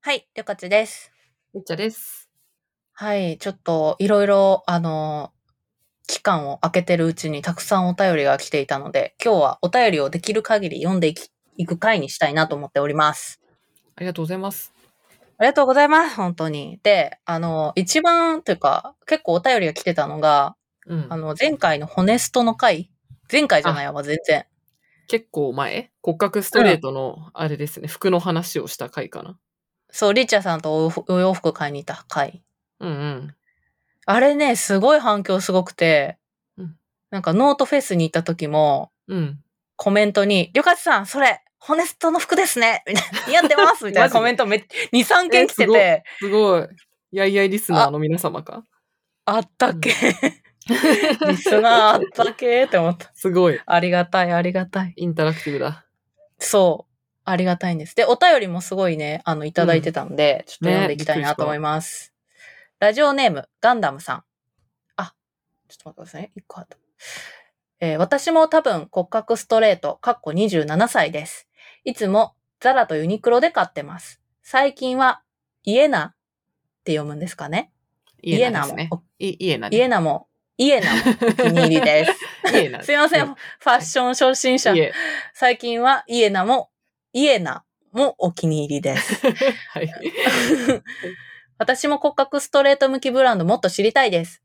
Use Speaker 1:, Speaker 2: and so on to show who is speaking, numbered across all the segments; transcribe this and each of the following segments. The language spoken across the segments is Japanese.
Speaker 1: はい、りょかちです。
Speaker 2: めっちゃです。
Speaker 1: はい、ちょっといろいろ、あの、期間を空けてるうちにたくさんお便りが来ていたので、今日はお便りをできる限り読んでいきいく回にしたいなと思っております。
Speaker 2: ありがとうございます。
Speaker 1: ありがとうございます、本当に。で、あの、一番というか、結構お便りが来てたのが、うん、あの、前回のホネストの回。前回じゃないわ、全然。
Speaker 2: 結構前骨格ストレートの、あれですね、うん、服の話をした回かな。
Speaker 1: そう、リーチャさんとお洋服買いに行った回。
Speaker 2: うんうん。
Speaker 1: あれね、すごい反響すごくて、うん、なんかノートフェスに行った時も、
Speaker 2: うん、
Speaker 1: コメントに、りょかちさん、それ、ホネストの服ですねみたいな、似合ってますみたいなコメントめっ2、3件来てて。
Speaker 2: すごい。やいやいリスナーの皆様か。
Speaker 1: あったっけ、うん、リ スナーあったっけって思った。
Speaker 2: すごい。
Speaker 1: ありがたい、ありがたい。
Speaker 2: インタラクティブだ。
Speaker 1: そう。ありがたいんです。で、お便りもすごいね、あの、いただいてたんで、うん、ちょっと読んでいきたいなと思います。ね、ラジオネーム、ガンダムさん。あ、ちょっと待ってくださいね。一個あった。えー、私も多分骨格ストレート、かっこ27歳です。いつもザラとユニクロで買ってます。最近は、イエナって読むんですかね
Speaker 2: イエナも。イエナ、
Speaker 1: イエナも、イエナもお気に入りです。 すいません、ファッション初心者。最近はイエナもイエナもお気に入りです。 はい、 私も骨格ストレート向きブランドもっと知りたいです。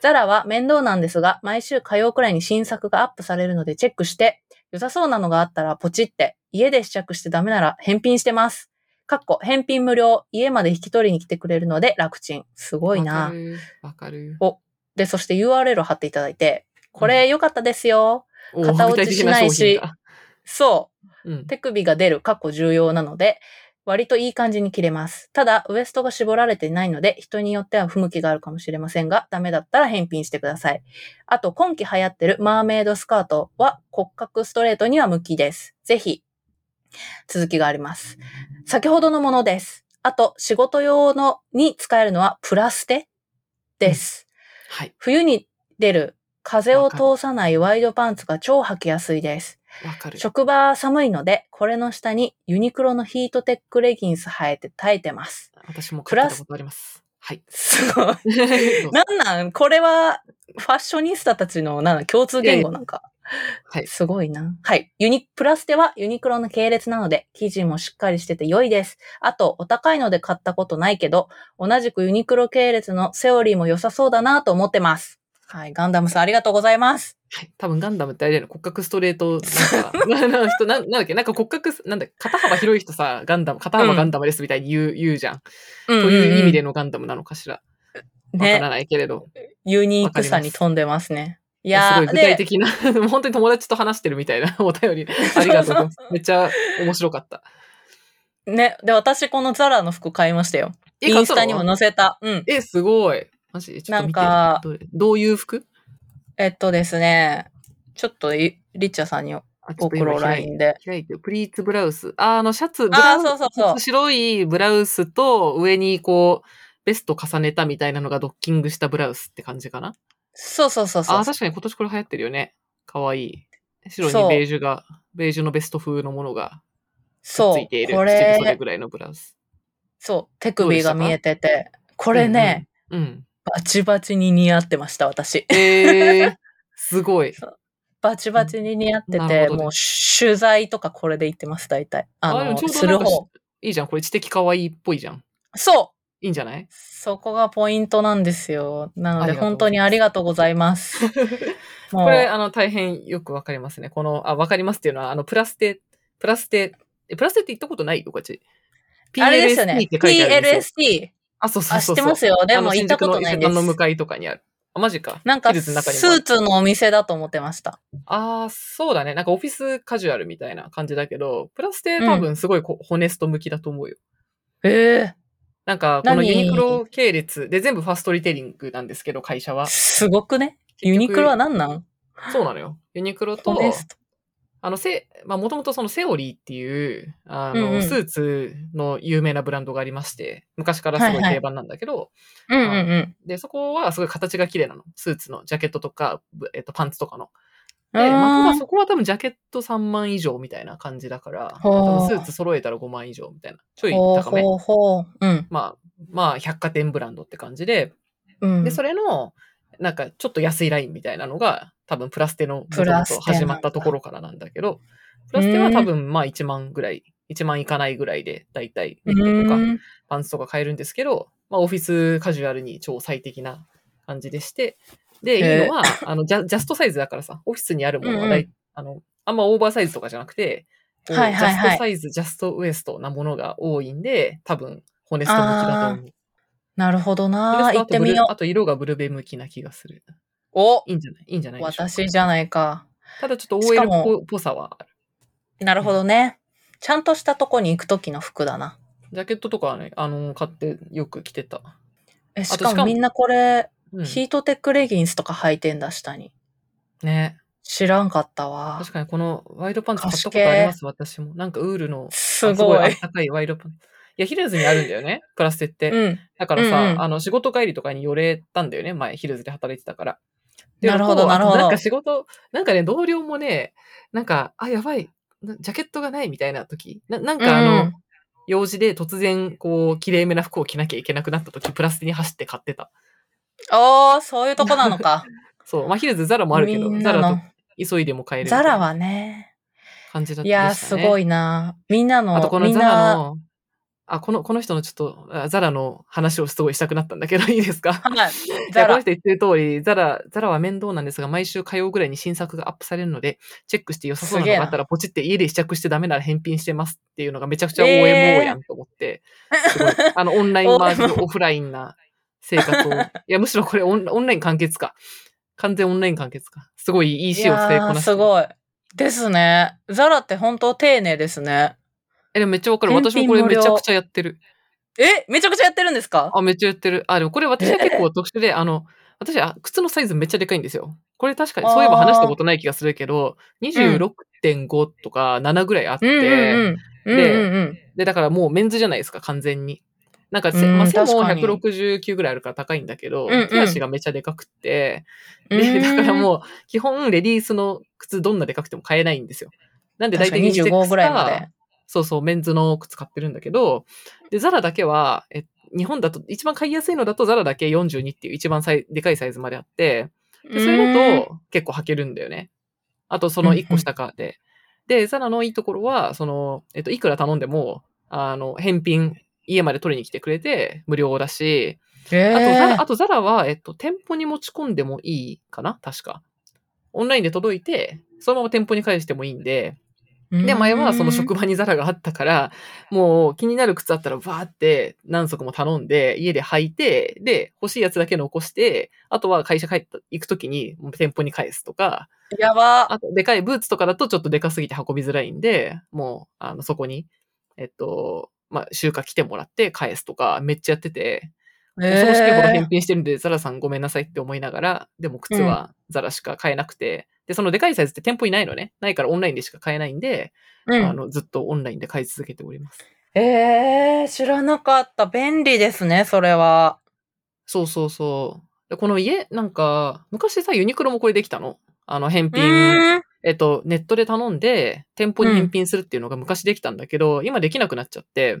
Speaker 1: ザラは面倒なんですが、毎週火曜くらいに新作がアップされるのでチェックして、良さそうなのがあったらポチって、家で試着してダメなら返品してます。かっこ、返品無料、家まで引き取りに来てくれるので楽ちん。すごいな。
Speaker 2: わかる。
Speaker 1: お、で、そして URL 貼っていただいて、これ良かったですよ。うん、型落ちしないし、そう。うん、手首が出る、過去重要なので、割といい感じに切れます。ただ、ウエストが絞られていないので、人によっては不向きがあるかもしれませんが、ダメだったら返品してください。あと、今季流行ってるマーメイドスカートは骨格ストレートには向きです。ぜひ、続きがあります。先ほどのものです。あと、仕事用のに使えるのはプラステです。
Speaker 2: うん、はい、
Speaker 1: 冬に出る風を通さないワイドパンツが超履きやすいです。職場寒いので、これの下にユニクロのヒートテックレギンス生えて耐えてます。
Speaker 2: 私も買ったことあります。はい。
Speaker 1: すごい。なんなんこれはファッショニスタたちのなん共通言語なんか。はい。すごいな。はい。ユニ、プラスではユニクロの系列なので、生地もしっかりしてて良いです。あと、お高いので買ったことないけど、同じくユニクロ系列のセオリーも良さそうだなと思ってます。はい。ガンダムさんありがとうございます。
Speaker 2: はい、多分ガンダムってあれだよね、骨格ストレート、なんか、 な人な、なんだっけ、なんか骨格、なんだ肩幅広い人さ、ガンダム、肩幅ガンダムですみたいに言う、うん、言うじゃん。という意味でのガンダムなのかしら。わからないけれど。
Speaker 1: ユニークさに飛んでますね。
Speaker 2: いやすごい具体的な、 本当に友達と話してるみたいなお便り、ありがとうござい ます。めっちゃ面白かった。
Speaker 1: ね、で、私このザラの服買いましたよ。インスタにも載せた。うん。
Speaker 2: え、すごい。マジでちょっと見てなんかど、どういう服
Speaker 1: えっとですね、ちょっとリッチャさんに送ろうラインで。
Speaker 2: 開いてプリーツブラウス。あ、あの、シャツ、ブラウス、そうそうそう白いブラウスと上にこう、ベスト重ねたみたいなのがドッキングしたブラウスって感じかな。
Speaker 1: そうそうそうそう。
Speaker 2: あ、確かに今年これ流行ってるよね。かわいい。白にベージュが、ベージュのベスト風のものが、
Speaker 1: そう。
Speaker 2: ついている。これ。それぐらいのブラウス。
Speaker 1: そう。手首が見えてて。これね、
Speaker 2: うん、うんうん
Speaker 1: バチバチに似合ってました、私。
Speaker 2: えー、すごい。
Speaker 1: バチバチに似合ってて、うんね、もう取材とかこれで行ってます、大体。あの、あする方。
Speaker 2: いいじゃん、これ知的可愛いっぽいじゃん。
Speaker 1: そう
Speaker 2: いいんじゃない
Speaker 1: そこがポイントなんですよ。なので、本当にありがとうございます。
Speaker 2: これ、あの、大変よくわかりますね。この、あ、わかりますっていうのは、あの、プラステ、プラステ、プラステって行ったことないよ、こっち。
Speaker 1: あれですよね。PLST。
Speaker 2: あ、そうそうそう
Speaker 1: 知ってますよ。でも行ったことないです。
Speaker 2: の向かいとかにある。あ、マジか。
Speaker 1: なんか、スーツのお店だと思ってました。
Speaker 2: ああ、そうだね。なんかオフィスカジュアルみたいな感じだけど、プラスで多分すごいこ、うん、ホネスト向きだと思うよ。
Speaker 1: ええー、
Speaker 2: なんか、このユニクロ系列で全部ファーストリテイリングなんですけど、会社は。
Speaker 1: すごくね。ユニクロは何なん
Speaker 2: そうなのよ。ユニクロと、あの、せ、まあ、もともとそのセオリーっていう、あの、うんうん、スーツの有名なブランドがありまして、昔からすごい定番なんだけど、
Speaker 1: で、
Speaker 2: そこはすごい形が綺麗なの。スーツのジャケットとか、えっと、パンツとかの。で、まあ、ただそこは多分ジャケット3万以上みたいな感じだから、
Speaker 1: ほう
Speaker 2: 多分スーツ揃えたら5万以上みたいな、ちょい
Speaker 1: ほう
Speaker 2: 高め。
Speaker 1: ほうほう。うん。
Speaker 2: まあ、まあ、百貨店ブランドって感じで、
Speaker 1: うん。
Speaker 2: で、それの、なんかちょっと安いラインみたいなのが、多分プラステの
Speaker 1: プラステなんだ
Speaker 2: 始まったところからなんだけど、プラステは多分まあ1万ぐらい、1万いかないぐらいで、だいたいネットとか
Speaker 1: うん
Speaker 2: パンツとか買えるんですけど、まあ、オフィスカジュアルに超最適な感じでして、で、い
Speaker 1: へえ
Speaker 2: いのは、あのジャ、ジャストサイズだからさ、オフィスにあるものはだい、
Speaker 1: うん
Speaker 2: あの、あんまオーバーサイズとかじゃなくて、こう
Speaker 1: はいはいはい
Speaker 2: ジャストサイズ、ジャストウエストなものが多いんで、多分、ホネスト向きだと思う。
Speaker 1: なるほど
Speaker 2: ホネ
Speaker 1: な
Speaker 2: スト
Speaker 1: 行
Speaker 2: あ
Speaker 1: っ
Speaker 2: と
Speaker 1: て
Speaker 2: ブル
Speaker 1: みよ
Speaker 2: あと色がブルベ向きな気がする。
Speaker 1: う。お
Speaker 2: いいんじゃないいいんじゃないでしょうか
Speaker 1: 私じゃないか。
Speaker 2: ただちょっと
Speaker 1: し
Speaker 2: OL
Speaker 1: か
Speaker 2: っ
Speaker 1: も
Speaker 2: ぽっぽさはある。
Speaker 1: なるほどね。ちゃんとしたとこに行くときの服だな。
Speaker 2: ジャケットとかはね、あの、買ってよく着てた。
Speaker 1: え、し
Speaker 2: と
Speaker 1: か
Speaker 2: しか
Speaker 1: も
Speaker 2: も
Speaker 1: みんなこれ、
Speaker 2: うん、
Speaker 1: ヒートテックレギンスとか履いてんだ、下に。
Speaker 2: ね。
Speaker 1: 知らんかったわ
Speaker 2: 確。かにこのワイドパンツ買った
Speaker 1: 貸
Speaker 2: こ
Speaker 1: し系
Speaker 2: とあります、私も。なんかウールの
Speaker 1: す
Speaker 2: あすご
Speaker 1: ご
Speaker 2: いあ
Speaker 1: い
Speaker 2: っ。たかいワイドパンツ。いや、ヒルズにあるんだよね、プラステって。
Speaker 1: うん。
Speaker 2: だからさ、
Speaker 1: うんうん
Speaker 2: あの、仕事帰りとかに寄れたんだよね、前、ヒルズで働いてたから。ってい
Speaker 1: な
Speaker 2: うのと
Speaker 1: るほどなるほど
Speaker 2: あとなんか仕事、なんかね、同僚もね、なんか、あ、やばい、なジャケットがないみたいな時、ななんかあの、
Speaker 1: うん
Speaker 2: 用事で突然、こう、綺麗めな服を着なきゃいけなくなった時、プラステに走って買ってた。
Speaker 1: おー、そういうとこなのか。
Speaker 2: そう、まあ、ヒルズ、ザラ もあるけど
Speaker 1: み、ん
Speaker 2: ザ
Speaker 1: な
Speaker 2: ラ
Speaker 1: の
Speaker 2: と。急いでも買えるみた
Speaker 1: ザ
Speaker 2: い
Speaker 1: ラ
Speaker 2: な
Speaker 1: はね。
Speaker 2: 感じだった
Speaker 1: いやー、すご
Speaker 2: い
Speaker 1: いな。みんなの、
Speaker 2: あとこの
Speaker 1: みん
Speaker 2: ザラ
Speaker 1: な、
Speaker 2: の、あ、この、この人のちょっと、あザラの話をすごいしたくなったんだけど、いいですか
Speaker 1: はい
Speaker 2: い や
Speaker 1: ザ
Speaker 2: この
Speaker 1: ラ。
Speaker 2: 人言ってる通り、ザラ、ザラは面倒なんですが、毎週火曜ぐらいに新作がアップされるので、チェックして良さそうなのがあったら、ポチって家で試着してダメなら返品してますっていうのがめちゃくちゃ OMO
Speaker 1: えー
Speaker 2: やんと思って、すごいあの、オンラインバージョン、オフラインな生活を。いや、むしろこれオンオンライン完結か。完全オンライン完結か。すごいいい
Speaker 1: い
Speaker 2: 仕を成
Speaker 1: や
Speaker 2: 功
Speaker 1: ー
Speaker 2: な
Speaker 1: すごい。ですね。ザラって本当丁寧ですね。
Speaker 2: え、でもめっちゃわかる。
Speaker 1: 返
Speaker 2: 私
Speaker 1: 品
Speaker 2: も
Speaker 1: 無料
Speaker 2: これめちゃくちゃやってる。
Speaker 1: えめちゃくちゃやってるんですか
Speaker 2: あ、めっちゃやってる。あ、でもこれ私は結構特殊で、あの、私、あ、靴のサイズめっちゃでかいんですよ。これ確かに、そういえば話したことない気がするけど、26.5とか7ぐらいあって、
Speaker 1: うんうんうん。うん
Speaker 2: で
Speaker 1: うんうん。
Speaker 2: で、だからもうメンズじゃないですか、完全に。なんかせ、
Speaker 1: うん
Speaker 2: まあ、背も
Speaker 1: 確かに
Speaker 2: 169ぐらいあるから高いんだけど、
Speaker 1: うんうん
Speaker 2: 手足がめちゃでかくって、
Speaker 1: う
Speaker 2: で、
Speaker 1: ん
Speaker 2: だからもう、基本レディースの靴どんなでかくても買えないんですよ。なんで
Speaker 1: 確
Speaker 2: 大
Speaker 1: か
Speaker 2: 体
Speaker 1: に
Speaker 2: ユニセック
Speaker 1: 25
Speaker 2: ス
Speaker 1: ぐらいま
Speaker 2: か
Speaker 1: で。
Speaker 2: そうそう、メンズの靴買ってるんだけど、で、ザラだけは、え日本だと、一番買いやすいのだとザラだけ42っていう一番さいでかいサイズまであって、でそれだと結構履けるんだよね。あと、その1個下かで。で、ザラのいいところは、その、えっと、いくら頼んでも、あの、返品、家まで取りに来てくれて、無料だし、
Speaker 1: え
Speaker 2: あとザラ、
Speaker 1: ー
Speaker 2: あとザラは、えっと、店舗に持ち込んでもいいかな確か。オンラインで届いて、そのまま店舗に返してもいいんで、で、前はその職場にザラがあったから、もう気になる靴あったらバーって何足も頼んで、家で履いて、で、欲しいやつだけ残して、あとは会社帰った、行くときにもう店舗に返すとか、
Speaker 1: やば。
Speaker 2: あとでかいブーツとかだとちょっとでかすぎて運びづらいんで、もう、あの、そこに、えっと、まあ、集荷来てもらって返すとか、めっちゃやってて、恐ろしいほど返品してるんで、ザラさんごめんなさいって思いながら、でも靴はザラしか買えなくて、で、そのでかいサイズって店舗にないのね。ないからオンラインでしか買えないんで、
Speaker 1: うん
Speaker 2: あの、ずっとオンラインで買い続けております。
Speaker 1: えー、知らなかった。便利ですね、それは。
Speaker 2: そうそうそう。でこの家、なんか、昔さ、ユニクロもこれできたの。あの、返
Speaker 1: う
Speaker 2: 品、
Speaker 1: ーん。
Speaker 2: えっと、ネットで頼んで、店舗に
Speaker 1: うん
Speaker 2: 返品するっていうのが昔できたんだけど、今できなくなっちゃって、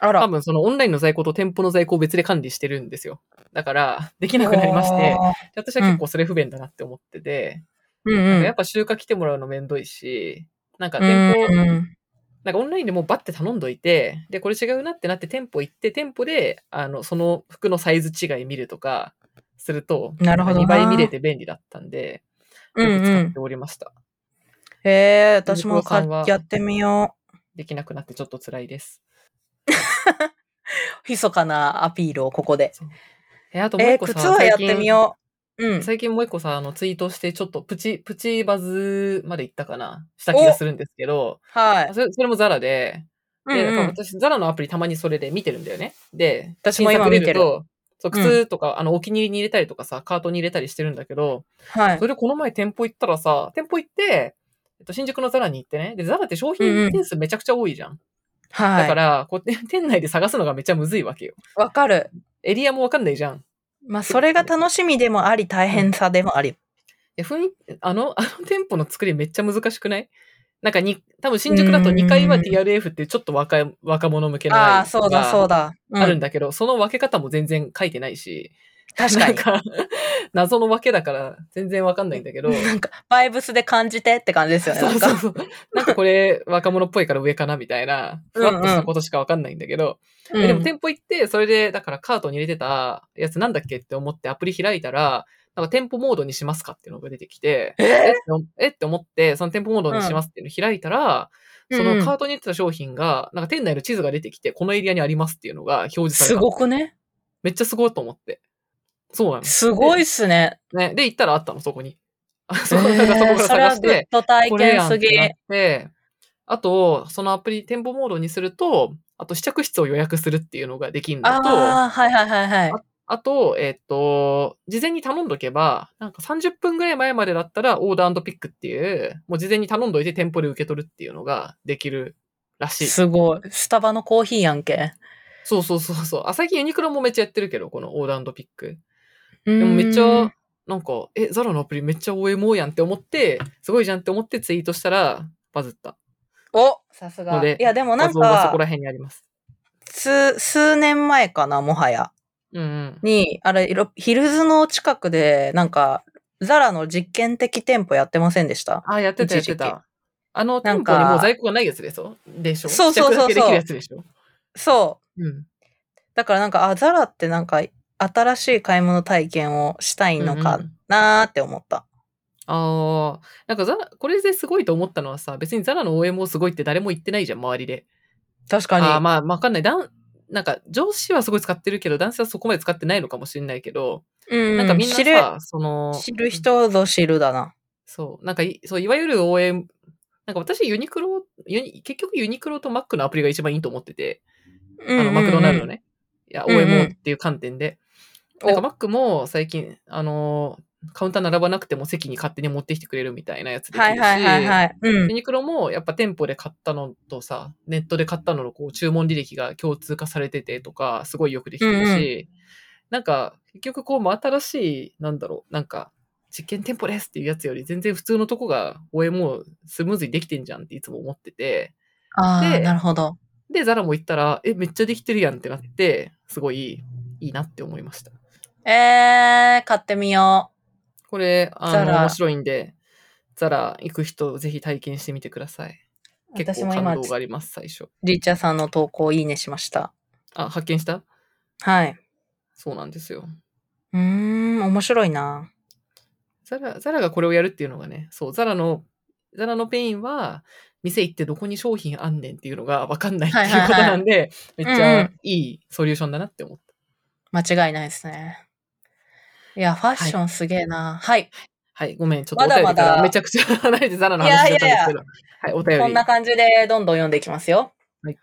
Speaker 1: あら。
Speaker 2: 多分そのオンラインの在庫と店舗の在庫を別で管理してるんですよ。だから、できなくなりまして、
Speaker 1: おー。
Speaker 2: で私は結構それ不便だなって思ってて、
Speaker 1: うん
Speaker 2: なん
Speaker 1: う
Speaker 2: か
Speaker 1: ん
Speaker 2: やっ。ぱ集荷来てもらうのめんどいし、なんか店舗、
Speaker 1: うんうん
Speaker 2: なんかオンラインでもうバッて頼んどいて、で、これ違うなってなって店舗行って、店舗で、あの、その服のサイズ違い見るとか、すると、
Speaker 1: なるほどな
Speaker 2: 2倍見れて便利だったんで、
Speaker 1: うん
Speaker 2: よく
Speaker 1: う
Speaker 2: 使っ
Speaker 1: ん
Speaker 2: て。おりました。
Speaker 1: えー、私も
Speaker 2: ゆうこさ
Speaker 1: 買
Speaker 2: んは
Speaker 1: やってみよう。
Speaker 2: できなくなってちょっと辛いです。
Speaker 1: 密かなアピールをここで。
Speaker 2: え、あともう
Speaker 1: え
Speaker 2: 一
Speaker 1: ー、
Speaker 2: 個さ、
Speaker 1: 靴はやってみよう。う
Speaker 2: 最
Speaker 1: ん
Speaker 2: 近、。最近もう一個さ、あの、ツイートして、ちょっとプチ、プチバズまで行ったかな、した気がするんですけど、
Speaker 1: はい。
Speaker 2: それそれもザラで、
Speaker 1: う
Speaker 2: で、
Speaker 1: ん
Speaker 2: なん
Speaker 1: うん
Speaker 2: か私、ザラのアプリたまにそれで見てるんだよね。で、
Speaker 1: 私も今
Speaker 2: 新作出
Speaker 1: 見
Speaker 2: と、そう、靴とか、あの、お気に入りに入れたりとかさ、カートに入れたりしてるんだけど、
Speaker 1: はい
Speaker 2: そ。れでこの前店舗行ったらさ、店舗行って、えっと、新宿のザラに行ってね。で、ザラって商品点数めちゃくちゃ多いじゃん。
Speaker 1: はい。
Speaker 2: だから、こう、店店内で探すのがめちゃむずいわけよ。
Speaker 1: わかる。
Speaker 2: エリアもわかんないじゃん。
Speaker 1: まあ、それが楽しみでもあり、大変さでもあり。
Speaker 2: や、ふん、あの、あ の店舗の作りめっちゃ難しくないなんかに、多分新宿だと2階は TRF っていうちょっと若い、若者向けの
Speaker 1: ああ、そうだそうだ。うん
Speaker 2: あるんだけど、その分け方も全然書いてないし、
Speaker 1: 確かに。
Speaker 2: なんか 謎の分けだから全然わかんないんだけど、
Speaker 1: なんか、バイブスで感じてって感じですよね。
Speaker 2: そう
Speaker 1: なんか
Speaker 2: そうそう。なんかこ れ若者っぽいから上かなみたいな、ふわっとしたことしかわかんないんだけど、
Speaker 1: うん
Speaker 2: えでも店舗行って、それで、だからカートに入れてたやつなんだっけって思ってアプリ開いたら、なんか店舗モードにしますかっていうのが出てきて、
Speaker 1: え
Speaker 2: ええって思って、その店舗モードにしますっていうのを開いたら、
Speaker 1: うん
Speaker 2: そ
Speaker 1: うんう
Speaker 2: の
Speaker 1: ん
Speaker 2: カートに入ってた商品が、なんか店内の地図が出てきて、このエリアにありますっていうのが表示さ
Speaker 1: す
Speaker 2: れた。
Speaker 1: ごくね
Speaker 2: めっちゃすごいと思って。そうなの。
Speaker 1: すごいっすね。
Speaker 2: ね。で、行ったらあったの、そこに。あそ
Speaker 1: え
Speaker 2: こ、なんかそこ
Speaker 1: ー
Speaker 2: か
Speaker 1: それは
Speaker 2: ら探し
Speaker 1: グッ
Speaker 2: て、
Speaker 1: ド体
Speaker 2: これ
Speaker 1: 験
Speaker 2: やん
Speaker 1: す
Speaker 2: っ
Speaker 1: ぎ。
Speaker 2: てなって、あと、そのアプリ、店舗モードにすると、あと試着室を予約するっていうのができるのと、
Speaker 1: ああ、はいはいはいはい。
Speaker 2: あと、えっ、と、事前に頼んどけば、なんか30分ぐらい前までだったらオーダーピックっていう、もう事前に頼んどいて店舗で受け取るっていうのができるらしい。
Speaker 1: すごい。スタバのコーヒーやんけ。
Speaker 2: そうそうそうそう。あ、最近ユニクロもめっちゃやってるけど、このオーダーピック。
Speaker 1: で
Speaker 2: でもめっちゃ、なんか、え、ザラのアプリめっちゃ OMO やんって思って、すごいじゃんって思ってツイートしたら、バズった。
Speaker 1: おさすが。
Speaker 2: ので
Speaker 1: いや、でもな
Speaker 2: 画
Speaker 1: ん
Speaker 2: 像がそ
Speaker 1: か
Speaker 2: こ、ら辺にあります。
Speaker 1: 数、数年前かな、もはや。
Speaker 2: うんうん。
Speaker 1: に、あれ、ろヒルズの近くで、なんか、ザラの実験的店舗やってませんでした
Speaker 2: あ、やってたやっ
Speaker 1: 一時期
Speaker 2: てた。あの
Speaker 1: な
Speaker 2: 店
Speaker 1: んか
Speaker 2: 舗にもう在庫がないやつでしょでしょ
Speaker 1: そうそうそうそう
Speaker 2: 試着だけできるやつでしょ
Speaker 1: そう。
Speaker 2: うん。
Speaker 1: だからなんか、あ、ザラってなんか、新しい買い物体験をしたいのかなーって思った。
Speaker 2: ああ、なんかザラ、これですごいと思ったのはさ、別にザラの OM をすごいって誰も言ってないじゃん、周りで。
Speaker 1: 確かに。
Speaker 2: ああー、まあ、わかんない。だんなんか、上司はすごい使ってるけど、男性はそこまで使ってないのかもしれないけど、
Speaker 1: うん、
Speaker 2: なんかみんな
Speaker 1: 知る、
Speaker 2: さ、その、
Speaker 1: 知る人ぞ知るだな。
Speaker 2: そう、なんかい、そう、いわゆる OM、なんか私、ユニクロ、ユニ結局ユニクロとマックのアプリが一番いいと思ってて、
Speaker 1: あ
Speaker 2: あの、マクドナルド。ね。いや、OMO
Speaker 1: うん
Speaker 2: っていう観点で。
Speaker 1: お
Speaker 2: なんかマックも最近、あのー、カウンター並ばなくても席に勝手に持ってきてくれるみたいなやつできるし、
Speaker 1: はいはいはいはい。う
Speaker 2: ユ
Speaker 1: ん。
Speaker 2: ニクロもやっぱ店舗で買ったのとさ、ネットで買ったののこう注文履歴が共通化されててとか、すごいよくできてるし、なんか結局こう真新しい、なんだろう、なんか実験店舗ですっていうやつより全然普通のとこが OMO スムーズにできてんじゃんっていつも思ってて、
Speaker 1: ああ、
Speaker 2: で
Speaker 1: なるほど。
Speaker 2: で、ザラも行ったら、え、めっちゃできてるやんってなって、すごいいいなって思いました。
Speaker 1: えー、買ってみよ
Speaker 2: これ、
Speaker 1: ザ
Speaker 2: あの、
Speaker 1: ラ
Speaker 2: 面白いんで、ザラ行く人ぜひ体験してみてください。
Speaker 1: う。
Speaker 2: 結
Speaker 1: 私
Speaker 2: 構
Speaker 1: も
Speaker 2: 感
Speaker 1: 今
Speaker 2: 動、があります、最初。
Speaker 1: リーチャーさんの投稿をいいねしました。
Speaker 2: あ、発見した
Speaker 1: はい。
Speaker 2: そうなんですよ。
Speaker 1: うーん、面白いな。
Speaker 2: ザラ、ザラがこれをやるっていうのがね、そう、ザラの、ザラのペインは、店行ってどこに商品あんねんっていうのがわかんないっていうことなんで、
Speaker 1: いはい
Speaker 2: めっちゃ
Speaker 1: うんう
Speaker 2: いいソリューションだなって思った。
Speaker 1: 間違いないですね。いや、ファッションすげえな。はい。
Speaker 2: はい、ごめん、ちょっとお便り
Speaker 1: ま
Speaker 2: か
Speaker 1: だまだ
Speaker 2: らめちゃくちゃ離れてザラの話だったんですけど。はい、お便り。
Speaker 1: こんな感じでどんどん読んでいきますよ。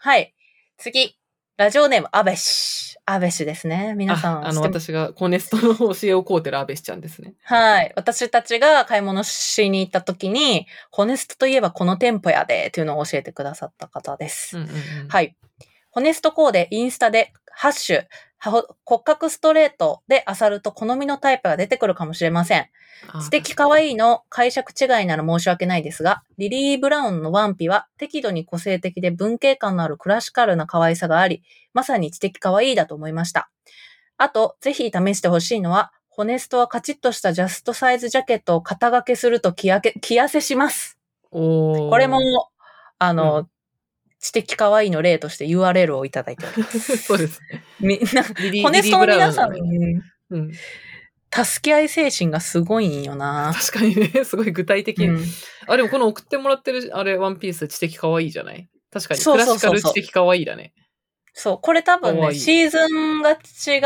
Speaker 2: はい。
Speaker 1: 次。ラジオネーム、安倍氏。安倍氏ですね。皆さん。
Speaker 2: ああの、
Speaker 1: 知って
Speaker 2: 私がコネストの教えをこうてる安倍氏ちゃんですね。
Speaker 1: はい。私たちが買い物しに行った時に、ホネストといえばこの店舗やで、というのを教えてくださった方です。
Speaker 2: うんうんうん
Speaker 1: はい。ホネストコーデ、インスタで、ハッシュ、はほ骨格ストレートで漁ると好みのタイプが出てくるかもしれません。
Speaker 2: あー
Speaker 1: 素敵可愛いの解釈違いなら申し訳ないですが、リリー・ブラウンのワンピは適度に個性的で文系感のあるクラシカルな可愛さがあり、まさに知的可愛いだと思いました。あと、ぜひ試してほしいのは、ホネストはカチッとしたジャストサイズジャケットを肩掛けすると着やけ着痩せします。
Speaker 2: おー
Speaker 1: これも、あの、
Speaker 2: う
Speaker 1: 知的可愛いの例として URL をいただいております。
Speaker 2: そうですね。
Speaker 1: みんな、
Speaker 2: リリ
Speaker 1: ホネストの皆さん、
Speaker 2: リリーブラウンのねうん、
Speaker 1: 助け合い精神がすごいんよな。
Speaker 2: 確かにね、 すごい具体的に。
Speaker 1: うん
Speaker 2: あ、でもこの送ってもらってる、あれ、ワンピース知的可愛いじゃない確かに。
Speaker 1: そう
Speaker 2: ク
Speaker 1: そう
Speaker 2: ラ
Speaker 1: そう
Speaker 2: シ
Speaker 1: そ
Speaker 2: カ
Speaker 1: う
Speaker 2: ル知的可愛いだね。
Speaker 1: そう、これ多分
Speaker 2: 可
Speaker 1: ね、
Speaker 2: 愛い
Speaker 1: シーズンが違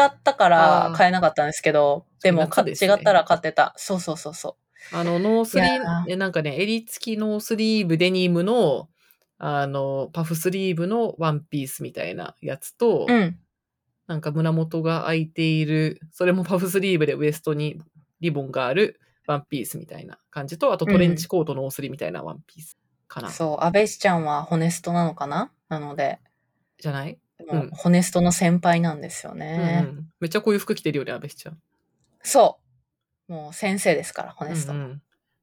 Speaker 1: ったから
Speaker 2: あー
Speaker 1: 買えなかったんですけど、でも
Speaker 2: 夏
Speaker 1: か
Speaker 2: です
Speaker 1: 違
Speaker 2: ね
Speaker 1: ったら買ってた。そうそうそうそ
Speaker 2: あの、ノースリ
Speaker 1: いや
Speaker 2: ーブ、えなんかね、襟付きノースリーブデニムの、あの、パフスリーブのワンピースみたいなやつと、
Speaker 1: う。うん。
Speaker 2: なんか胸元が開いている、それもパフスリーブでウエストにリボンがあるワンピースみたいな感じと、あとトレンチコートのおスリみたいなワンピースかな。
Speaker 1: そう、安倍氏ちゃんはホネストなのかななので、
Speaker 2: じゃない、
Speaker 1: でも
Speaker 2: うん
Speaker 1: ホネストの先輩なんですよね。
Speaker 2: うんうん。めっちゃこういう服着てるよね、安部ちゃん。
Speaker 1: そう。もう先生ですから、ホネスト。
Speaker 2: うんうん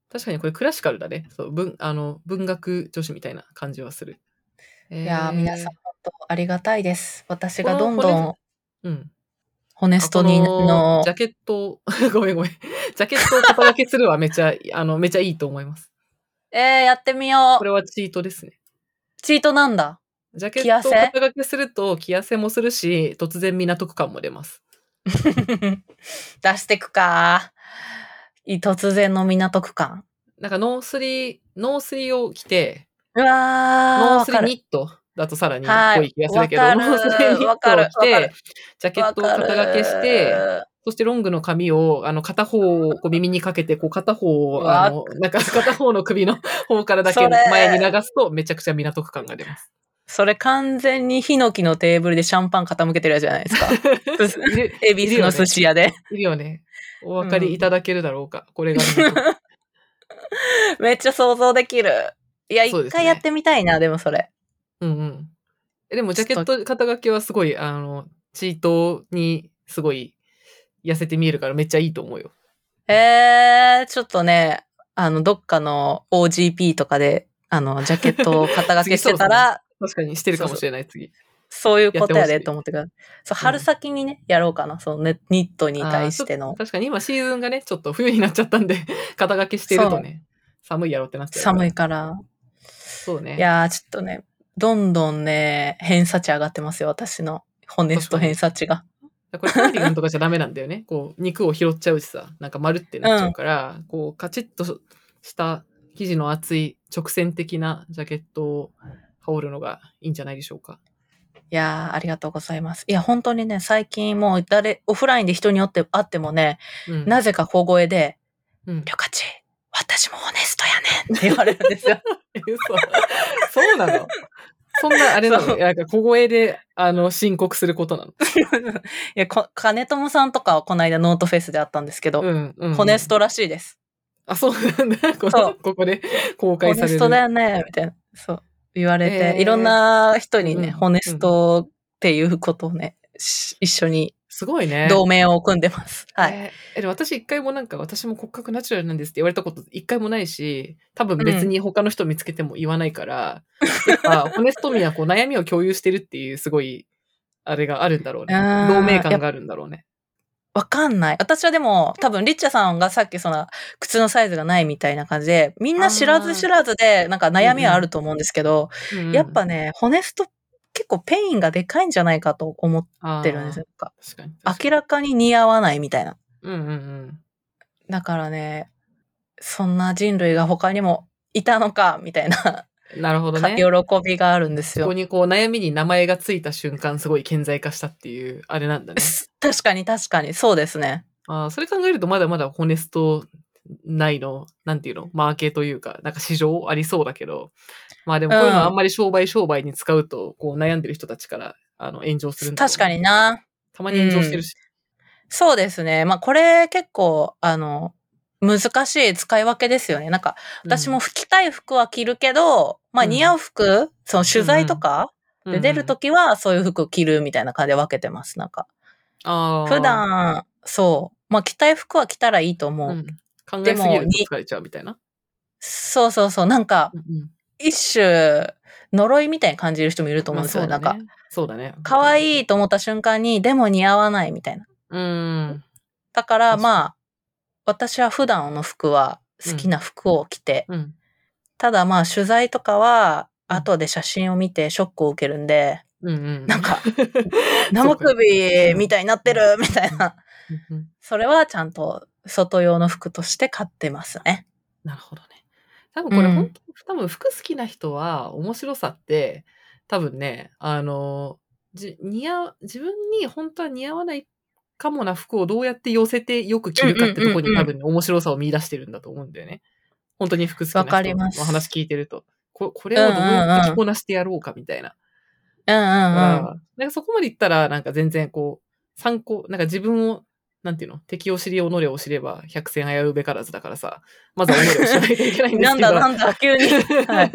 Speaker 2: 確かにこれクラシカルだね。そう文あの文学女子みたいな感じはする。
Speaker 1: いやー、皆さん本当ありがたいです。私がどんど
Speaker 2: この
Speaker 1: ん
Speaker 2: うん。
Speaker 1: ホネストに
Speaker 2: あこ
Speaker 1: の
Speaker 2: ジ、ャケット を、ごめんごめん。ジャケットを肩掛けするはめちゃ、あの、めちゃいいと思います。
Speaker 1: えー、やってみよ
Speaker 2: こ
Speaker 1: う。
Speaker 2: れはチートですね。
Speaker 1: チートなんだ。
Speaker 2: ジャケッ
Speaker 1: 着痩
Speaker 2: ト
Speaker 1: せ
Speaker 2: を肩掛けすると、着痩せもするし、突然港区感も出ます。
Speaker 1: 出してくかい突然の港区間。
Speaker 2: なんかノースリー、ノースリーを着て、
Speaker 1: うわー、
Speaker 2: ノー
Speaker 1: わ
Speaker 2: スリ
Speaker 1: か
Speaker 2: ー
Speaker 1: る。
Speaker 2: ニットだとさらに
Speaker 1: はい
Speaker 2: 濃い気がするけど、
Speaker 1: わかる
Speaker 2: ノースリーニッ
Speaker 1: わか
Speaker 2: ト
Speaker 1: る
Speaker 2: を着て、ジャケッ
Speaker 1: わ
Speaker 2: トを肩
Speaker 1: かる
Speaker 2: 掛けして、そしてロングの髪を、あの、片方をこう耳にかけて、こう片方
Speaker 1: う
Speaker 2: を、
Speaker 1: わ
Speaker 2: あの、な んか片方の首の 方からだけ
Speaker 1: それ
Speaker 2: 前に流すと、めちゃくちゃ港区感が出ます。
Speaker 1: それ完全にヒノキのテーブルでシャンパン傾けてるやつじゃないですか。
Speaker 2: いる、
Speaker 1: 恵比寿の寿司屋で。
Speaker 2: いるよね。お分かりいただけるだろうか。これが港区。
Speaker 1: めっちゃ想像できる。いや、
Speaker 2: そう
Speaker 1: 一
Speaker 2: ですね
Speaker 1: 回やってみたいな、でもそれ。うん
Speaker 2: うんうん。えでも、ジャケッ
Speaker 1: ち
Speaker 2: ト肩掛けはすごい、あの、チートにすごい痩せて見えるから、めっちゃいいと思うよ。
Speaker 1: えー、ちょっとね、あの、どっかの OGP とかで、あの、ジャケットを肩掛けしてた ら、
Speaker 2: 確かにしてるかもしれない、次。
Speaker 1: そういうことやで
Speaker 2: やってほしい
Speaker 1: と思ってください。そう、春先にね、やろうかな。そのね、ニットに対して
Speaker 2: あーちょっ
Speaker 1: の
Speaker 2: と確かに今シーズンがね、ちょっと冬になっちゃったんで、 肩掛けしてるとね、寒いやろってなっちゃうから。
Speaker 1: 寒いから。
Speaker 2: そうね。
Speaker 1: いやー、ちょっとね、どんどんね、偏差値上がってますよ、私の。ホネスト偏差値が。
Speaker 2: だからこれ、カーディガンとかじゃダメなんだよね。 こう、肉を拾っちゃうしさ、なんか丸ってなっちゃうから、こう、カチッとした生地の厚い直線的なジャケットを羽織るのがいいんじゃないでしょうか。
Speaker 1: いやー、ありがとうございます。いや、本当にね、最近もう誰、オフラインで人によって会ってもね、
Speaker 2: うん。
Speaker 1: なぜか小声で、
Speaker 2: うん、
Speaker 1: リョカチ、私もホネストやねんって言われるん ですよ。
Speaker 2: え嘘そうなのそんな、あれな
Speaker 1: そ
Speaker 2: の
Speaker 1: う
Speaker 2: なんか小声で、あの、申告することなの。
Speaker 1: いや、こ金友さんとかはこの間ノートフェスで会ったんですけど、
Speaker 2: うん、うん。
Speaker 1: ホネス。トらしいです。
Speaker 2: あ、そうなんだ。こ
Speaker 1: そう
Speaker 2: ここで公
Speaker 1: ホ
Speaker 2: 開
Speaker 1: ネ
Speaker 2: され
Speaker 1: ス
Speaker 2: る。
Speaker 1: トだよね、みたいな。そう。言われて、
Speaker 2: えー
Speaker 1: いろんな人にね、
Speaker 2: うん
Speaker 1: ホネストっていうことをね、し一緒に
Speaker 2: すごいね。
Speaker 1: 同盟を組んでます。はい。
Speaker 2: えーえでも私一回もなんか私も骨格ナチュラルなんですって言われたこと一回もないし、多分別に他の人見つけても言わない から、やっぱホネストミーはこう悩みを共有してるっていうすごい、あれがあるんだろうね。
Speaker 1: あー
Speaker 2: 同盟感があるんだろうね。
Speaker 1: わかんない。私はでも、多分、リッチャさんがさっきその、靴のサイズがないみたいな感じで、みんな知らず知らずで、なんか悩みはあると思うんですけど、
Speaker 2: うん
Speaker 1: やっぱね、ホネスト、結構ペインがでかいんじゃないかと思ってるんですよ。なんか
Speaker 2: あー確かに。
Speaker 1: 明らかに似合わないみたいな。
Speaker 2: うんうんうん。
Speaker 1: だからね、そんな人類が他にもいたのか、みたいな、
Speaker 2: なるほどね。
Speaker 1: 喜 びがあるんです
Speaker 2: そ
Speaker 1: よ。
Speaker 2: こにこう悩みに名前がついた瞬間すごい顕在化したっていうあれな んだね。
Speaker 1: 確かに確かに、そうですね。
Speaker 2: あーそれ考えるとまだまだホネスト内の、なんていうの、マーケというか、なんか市場ありそうだけど、まあでもこういうのあんまり商売商売に使うと、こう悩んでる人たちからあの炎上するんだろうね
Speaker 1: 確かに。な。
Speaker 2: たまに炎上してるし。
Speaker 1: そうですね。まあ、これ結構、あの、難しい使い分けですよね。なんか、私も着たい服は着るけど、まあ、
Speaker 2: うん
Speaker 1: 似合う服、その取材とか
Speaker 2: うん
Speaker 1: で出ると、きは、そういう服着るみたいな感じで分けてます。なんか、
Speaker 2: あー
Speaker 1: 普、段、そう、まあ、着たい服は着たらいいと思う。
Speaker 2: うん考えすぎると疲れちゃうみたいな。
Speaker 1: そうそうそう、なんか、
Speaker 2: うんうん
Speaker 1: 一種、呪いみたいに感じる人もいると思うんですよ。
Speaker 2: まあ
Speaker 1: なんか、
Speaker 2: そうだね。
Speaker 1: 可愛
Speaker 2: い。
Speaker 1: いと思った瞬間に、でも似合わないみたいな。
Speaker 2: うん。
Speaker 1: だから
Speaker 2: 確かに
Speaker 1: まあ、私は普段の服は好きな服を着て、
Speaker 2: うん。
Speaker 1: ただまあ取材とかは
Speaker 2: うん
Speaker 1: 後で写真を見てショックを受けるんで、
Speaker 2: うんうん。
Speaker 1: なん か
Speaker 2: そ
Speaker 1: 生
Speaker 2: うか
Speaker 1: 首みたいになってるみたいな。
Speaker 2: うんうん
Speaker 1: それはちゃんと外用の服として買ってますね。
Speaker 2: なるほどね。多分こ
Speaker 1: う
Speaker 2: れ
Speaker 1: ん
Speaker 2: 本当、多分服好きな人は面白さって、多分ね、あの、じ似合う自分に本当は似合わないかもな服をどうやって寄せてよく着るかってとこ
Speaker 1: うんうんうんう
Speaker 2: に
Speaker 1: ん
Speaker 2: 多分ね面白さを見出してるんだと思うんだよね。本当に服好きな
Speaker 1: わかり
Speaker 2: 人の
Speaker 1: ます
Speaker 2: 話聞いてると。ここれをどうやって着こなしてやろうかみたい
Speaker 1: うんうん
Speaker 2: な。だから
Speaker 1: うん。
Speaker 2: なんかそこまでいったら、なんか全然こう、参考、なんか自分を、なんていうの敵を知り、己を知れば、百戦危うべからずだからさ、まずは己を知らないといけないんですけど。
Speaker 1: なんだなんだ、急に、 はい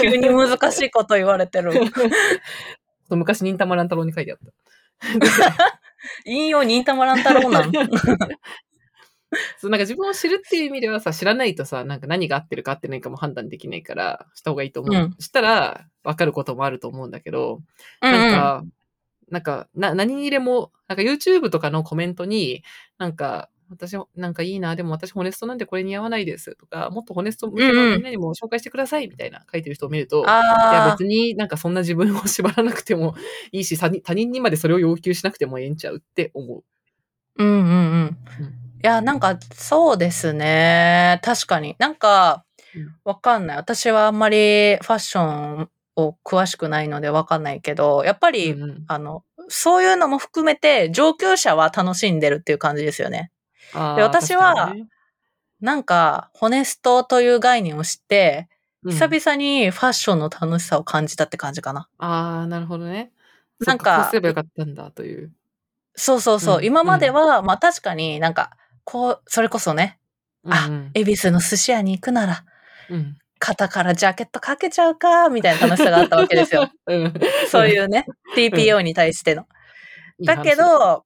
Speaker 1: 急に難しいこと言われてる。
Speaker 2: そう昔、忍たま乱太郎に書いてあった。
Speaker 1: 引用にいたまらんたろうなん。
Speaker 2: そうなんか自分を知るっていう意味ではさ、知らないとさ、なんか何が合ってるか合ってないかも判断できないから、した方がいいと思う。
Speaker 1: うん
Speaker 2: したら、わかることもあると思うんだけど、
Speaker 1: うん
Speaker 2: なんか、なんか、な、何にでも、なんか YouTube とかのコメントに、なんか、私、なんかいいな、でも私ホネストなんでこれ似合わないですとか、もっとホネスト向け
Speaker 1: うんう
Speaker 2: の
Speaker 1: ん
Speaker 2: みんなにも紹介してくださいみたいな書いてる人を見ると、いや
Speaker 1: あ
Speaker 2: 別になんかそんな自分を縛らなくても いいし、他人他人にまでそれを要求しなくてもええんちゃうって思う。
Speaker 1: あ、うんうんうん。
Speaker 2: うん
Speaker 1: いや、なんか、そうですね。確かに。なんか
Speaker 2: うん、
Speaker 1: わかんない。私はあんまりファッションを詳しくないのでわかんないけど、やっぱり、
Speaker 2: うんうん
Speaker 1: あの、そういうのも含めて、上級者は楽しんでるっていう感じですよね。
Speaker 2: あー
Speaker 1: で私は
Speaker 2: 確かにね
Speaker 1: なんか、ホネストという概念を知って、
Speaker 2: うん
Speaker 1: 久々にファッションの楽しさを感じたって感じかな。
Speaker 2: ああ、なるほどね。
Speaker 1: な
Speaker 2: なんん
Speaker 1: か
Speaker 2: か、こうすればよかったんだという。
Speaker 1: そうそうそう。
Speaker 2: うん
Speaker 1: 今までは、まあ確かになんか、こう、それこそね、あ
Speaker 2: うん
Speaker 1: 恵比寿の寿司屋に行くなら、
Speaker 2: うん、
Speaker 1: 肩からジャケットかけちゃうか、みたいな楽しさがあったわけです よ。
Speaker 2: うん。
Speaker 1: そういうね、TPO に対しての。
Speaker 2: いい話
Speaker 1: だけ、ど、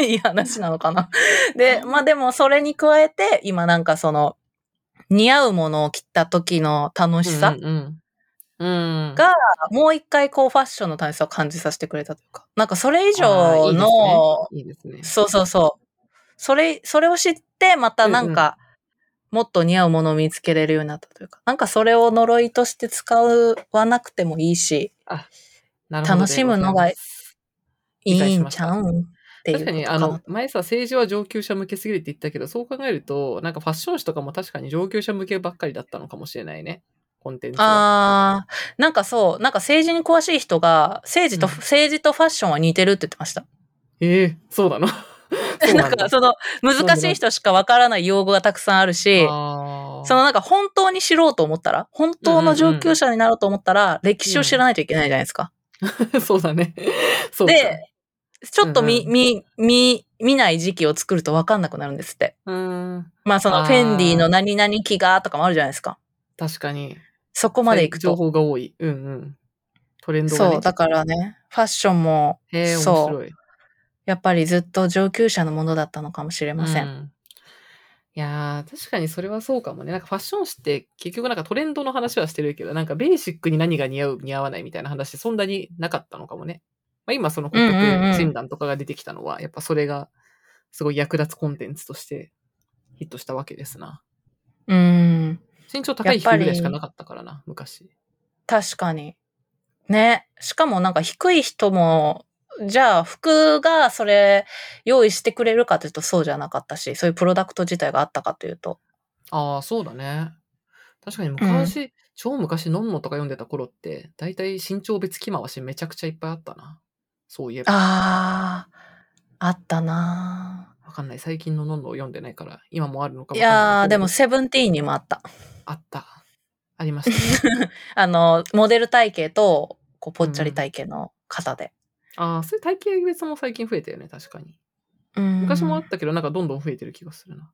Speaker 1: いい話なのかな。で、まあでもそれに加えて、今なんかその、似合うものを着た時の楽しさ、
Speaker 2: うんうんうん。
Speaker 1: がもう一回こうファッションの楽しさを感じさせてくれたというか、なんかそれ以
Speaker 2: あー
Speaker 1: 上
Speaker 2: いいですね
Speaker 1: の、
Speaker 2: いいですね。
Speaker 1: そうそうそう。それ、それを知って、またなんか、もっと似合うものを見つけれるようになったというか、なんかそれを呪いとして使わなくてもいいし、
Speaker 2: なるほどね
Speaker 1: 楽しむのがいい
Speaker 2: 理解
Speaker 1: い
Speaker 2: し
Speaker 1: ん
Speaker 2: まし
Speaker 1: ち
Speaker 2: た
Speaker 1: ゃうんっていうこと
Speaker 2: 確か
Speaker 1: か
Speaker 2: に、
Speaker 1: な。
Speaker 2: あの、前さ、政治は上級者向けすぎるって言ったけど、そう考えると、なんかファッション誌とかも確かに上級者向けばっかりだったのかもしれないね。コンテンツは。
Speaker 1: ああ、なんかそう、なんか政治に詳しい人が、政治と、
Speaker 2: うん
Speaker 1: 政治とファッションは似てるって言ってました。
Speaker 2: ええそうなのそ う
Speaker 1: な
Speaker 2: なん
Speaker 1: んか
Speaker 2: だ。
Speaker 1: その、難しい人しかわからない用語がたくさんあるし、
Speaker 2: あー
Speaker 1: そのなんか本当に知ろうと思ったら、本当の上級者になろうと思ったら、歴史を知らないといけないじゃないですか。
Speaker 2: そうだね。そうか
Speaker 1: で、ちょっと見、
Speaker 2: うんう
Speaker 1: 見、見、見ない時期を作るとわかんなくなるんですって。
Speaker 2: うーん。
Speaker 1: まあその
Speaker 2: あー
Speaker 1: フェンディの何々機がとかもあるじゃないですか。
Speaker 2: 確かに。
Speaker 1: そこまで行く
Speaker 2: 情
Speaker 1: と。
Speaker 2: 報が多い。うんうん。トレンドが、ね。
Speaker 1: そう、だからね、ファッションも、
Speaker 2: へえ、面
Speaker 1: そう
Speaker 2: 白い。
Speaker 1: やっぱりずっと上級者のものだったのかもしれません。
Speaker 2: うんいやー確かにそれはそうかもね。なんかファッション誌って結局なんかトレンドの話はしてるけど、なんかベーシックに何が似合う、似合わないみたいな話そんなになかったのかもね。まあ、今その骨
Speaker 1: うんうんうん
Speaker 2: 格診断とかが出てきたのは、やっぱそれがすごい役立つコンテンツとしてヒットしたわけですな。
Speaker 1: うん。
Speaker 2: 身長高い人ぐらいしかなかったからな、昔。
Speaker 1: 確かに。ね。しかもなんか低い人も、じゃあ服がそれ用意してくれるかというとそうじゃなかったし、そういうプロダクト自体があったかというと。
Speaker 2: ああ、そうだね。確かに昔、超昔、ノンノとか読んでた頃って、だいたい身長別着回しめちゃくちゃいっぱいあったな。そういえば。
Speaker 1: ああ、あったな
Speaker 2: わかんない。最近のノンノを読んでないから、今もあるのか
Speaker 1: ーい
Speaker 2: わかんな
Speaker 1: やー、
Speaker 2: け
Speaker 1: で
Speaker 2: ど
Speaker 1: もセブンティーンにもあった。
Speaker 2: あった。ありまし た、ね。
Speaker 1: あの、モデル体型と、こう、ぽっちゃり体型の方で。
Speaker 2: ああ、そういう体型別も最近増えたよね、確かに。
Speaker 1: うん
Speaker 2: 昔もあったけど、なんかどんどん増えてる気がするな。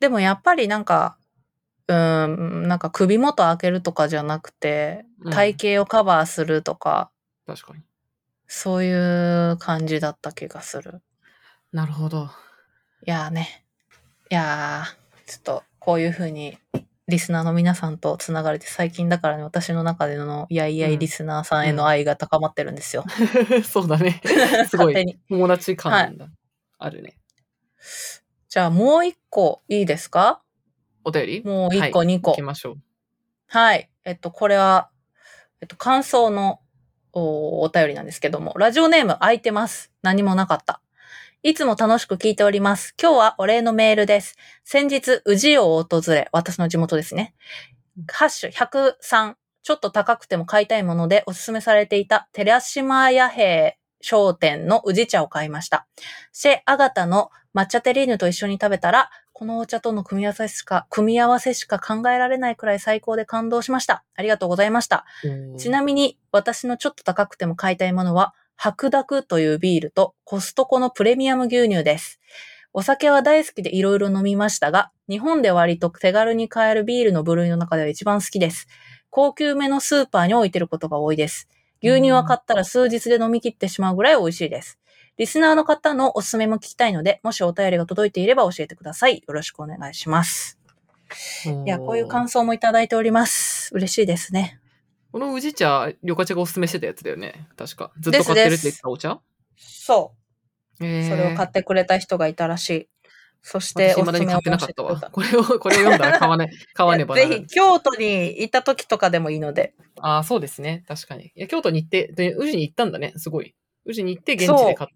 Speaker 1: でもやっぱりなんか、うーん、なんか首元開けるとかじゃなくて、
Speaker 2: うん
Speaker 1: 体型をカバーするとか、
Speaker 2: 確かに。
Speaker 1: そういう感じだった気がする。
Speaker 2: なる ほど。
Speaker 1: いやーね。いやー、ちょっとこういう風にリスナーの皆さんとつながれて最近だからね、私の中でのいやいやいリスナーさんへの愛が高まってるんですよ。
Speaker 2: そうだね。 すご
Speaker 1: 勝手
Speaker 2: い
Speaker 1: に。
Speaker 2: 友達感なんだ、あるね。
Speaker 1: じゃあもう一個いいですか
Speaker 2: お便り
Speaker 1: もう一個、
Speaker 2: はい、
Speaker 1: 二個
Speaker 2: 行き。ましょう。
Speaker 1: はい。えっと、これは、えっと、感想のおお便りなんですけども、ラジオネーム空いてます。何もなかった。いつも楽しく聞いております。今日はお礼のメールです。先日、宇治を訪れ、私の地元ですね。ハッシュ103、ちょっと高くても買いたいものでおすすめされていた、テラシマヤ平商店の宇治茶を買いました。シェ・アガタの抹茶テリーヌと一緒に食べたら、このお茶との組み合わせしか、組み合わせしか考えられないくらい最高で感動しました。ありがとうございました。ちなみに、私のちょっと高くても買いたいものは、白濁というビールとコストコのプレミアム牛乳です。お酒は大好きでいろいろ飲みましたが、日本で割と手軽に買えるビールの部類の中では一番好きです。高級めのスーパーに置いてることが多いです。牛乳は買ったら数日で飲み切ってしまうぐらい美味しいです。リスナーの方のおすすめも聞きたいので、もしお便りが届いていれば教えてください。よろしくお願いします。いや、こういう感想もいただいております。嬉しいですね。
Speaker 2: この宇治茶、緑茶がおすすめしてたやつだよね。確か。ずっと買ってるって言ってたお茶
Speaker 1: そ。
Speaker 2: そ
Speaker 1: そ
Speaker 2: う
Speaker 1: れを買
Speaker 2: っ
Speaker 1: ってくれた人がいたらしい。そして
Speaker 2: て、、
Speaker 1: おす
Speaker 2: 私ますだ
Speaker 1: め
Speaker 2: に買
Speaker 1: を
Speaker 2: ってなか
Speaker 1: 教え
Speaker 2: ってた
Speaker 1: くれ
Speaker 2: わ。これを、これを読んだら買わね、買わねばならな
Speaker 1: ぜ
Speaker 2: い
Speaker 1: ひ、。京都に行った時とかでもいいので。
Speaker 2: ああ、そうですね。確かに。いや、京都に行って、で、宇治に行ったんだね。すごい。宇治に行って、現地で買ったと。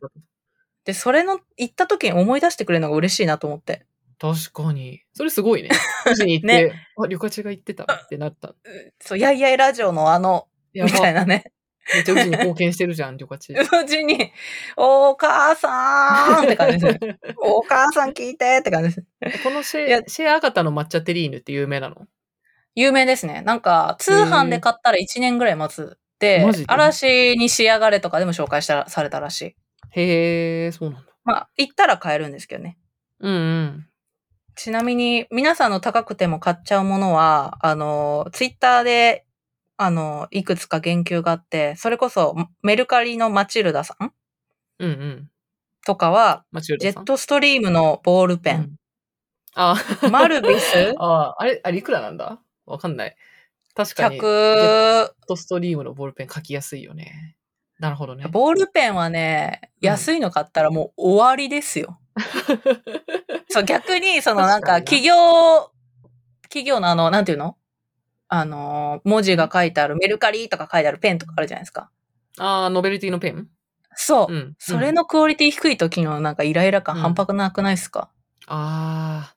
Speaker 1: で、それの、行った時に思い出してくれるのが嬉しいなと思って。
Speaker 2: 確かに。それすごいね。宇治に行 って、あ、緑茶が行ってたってなった。
Speaker 1: そう、やいやいラジオのあの、
Speaker 2: や
Speaker 1: みた
Speaker 2: ば
Speaker 1: い。なね。
Speaker 2: めっちゃ宇治に貢献してるじゃん、緑茶。
Speaker 1: うちに、お母さんって感じ ですね。お母さん聞いてって感じです。
Speaker 2: このシ
Speaker 1: いや
Speaker 2: ェシェアアガタの抹茶テリーヌって有名なの
Speaker 1: 有名ですね。なんか、通販で買ったら1年ぐらい待つ。で
Speaker 2: マジで、
Speaker 1: 嵐に仕上がれとかでも紹介したされたらしい。
Speaker 2: へえ、そうなんだ。
Speaker 1: まあ、行ったら買えるんですけどね。
Speaker 2: うんうん。
Speaker 1: ちなみに、皆さんの高くても買っちゃうものは、あの、ツイッターで、あの、いくつか言及があって、それこそ、メルカリのマチルダさん
Speaker 2: うんうん。
Speaker 1: とかは、
Speaker 2: マチル
Speaker 1: ジ
Speaker 2: ダ
Speaker 1: ェ
Speaker 2: さ
Speaker 1: ッ
Speaker 2: ん。
Speaker 1: トストリームのボールペ
Speaker 2: う
Speaker 1: ン、
Speaker 2: んああ、
Speaker 1: マルビス
Speaker 2: ああ、あれ、あれいくらなんだわかんない。 確かに、ジェッ
Speaker 1: 100、
Speaker 2: トストリームのボールペン書きやすいよね。なるほどね。
Speaker 1: ボールペンはね、
Speaker 2: うん
Speaker 1: 安いの買ったらもう終わりですよ。そう、逆に、そのなん
Speaker 2: 確
Speaker 1: か
Speaker 2: かにな
Speaker 1: 企業、企業のあの、なんていうのあの、文字が書いてある、メルカリとか書いてあるペンとかあるじゃないですか。
Speaker 2: ああ、ノベルティのペン
Speaker 1: そう。
Speaker 2: うん。
Speaker 1: それのクオリティ低い時のなんかイライラ感
Speaker 2: うん
Speaker 1: 半端なくないですか、
Speaker 2: ああ。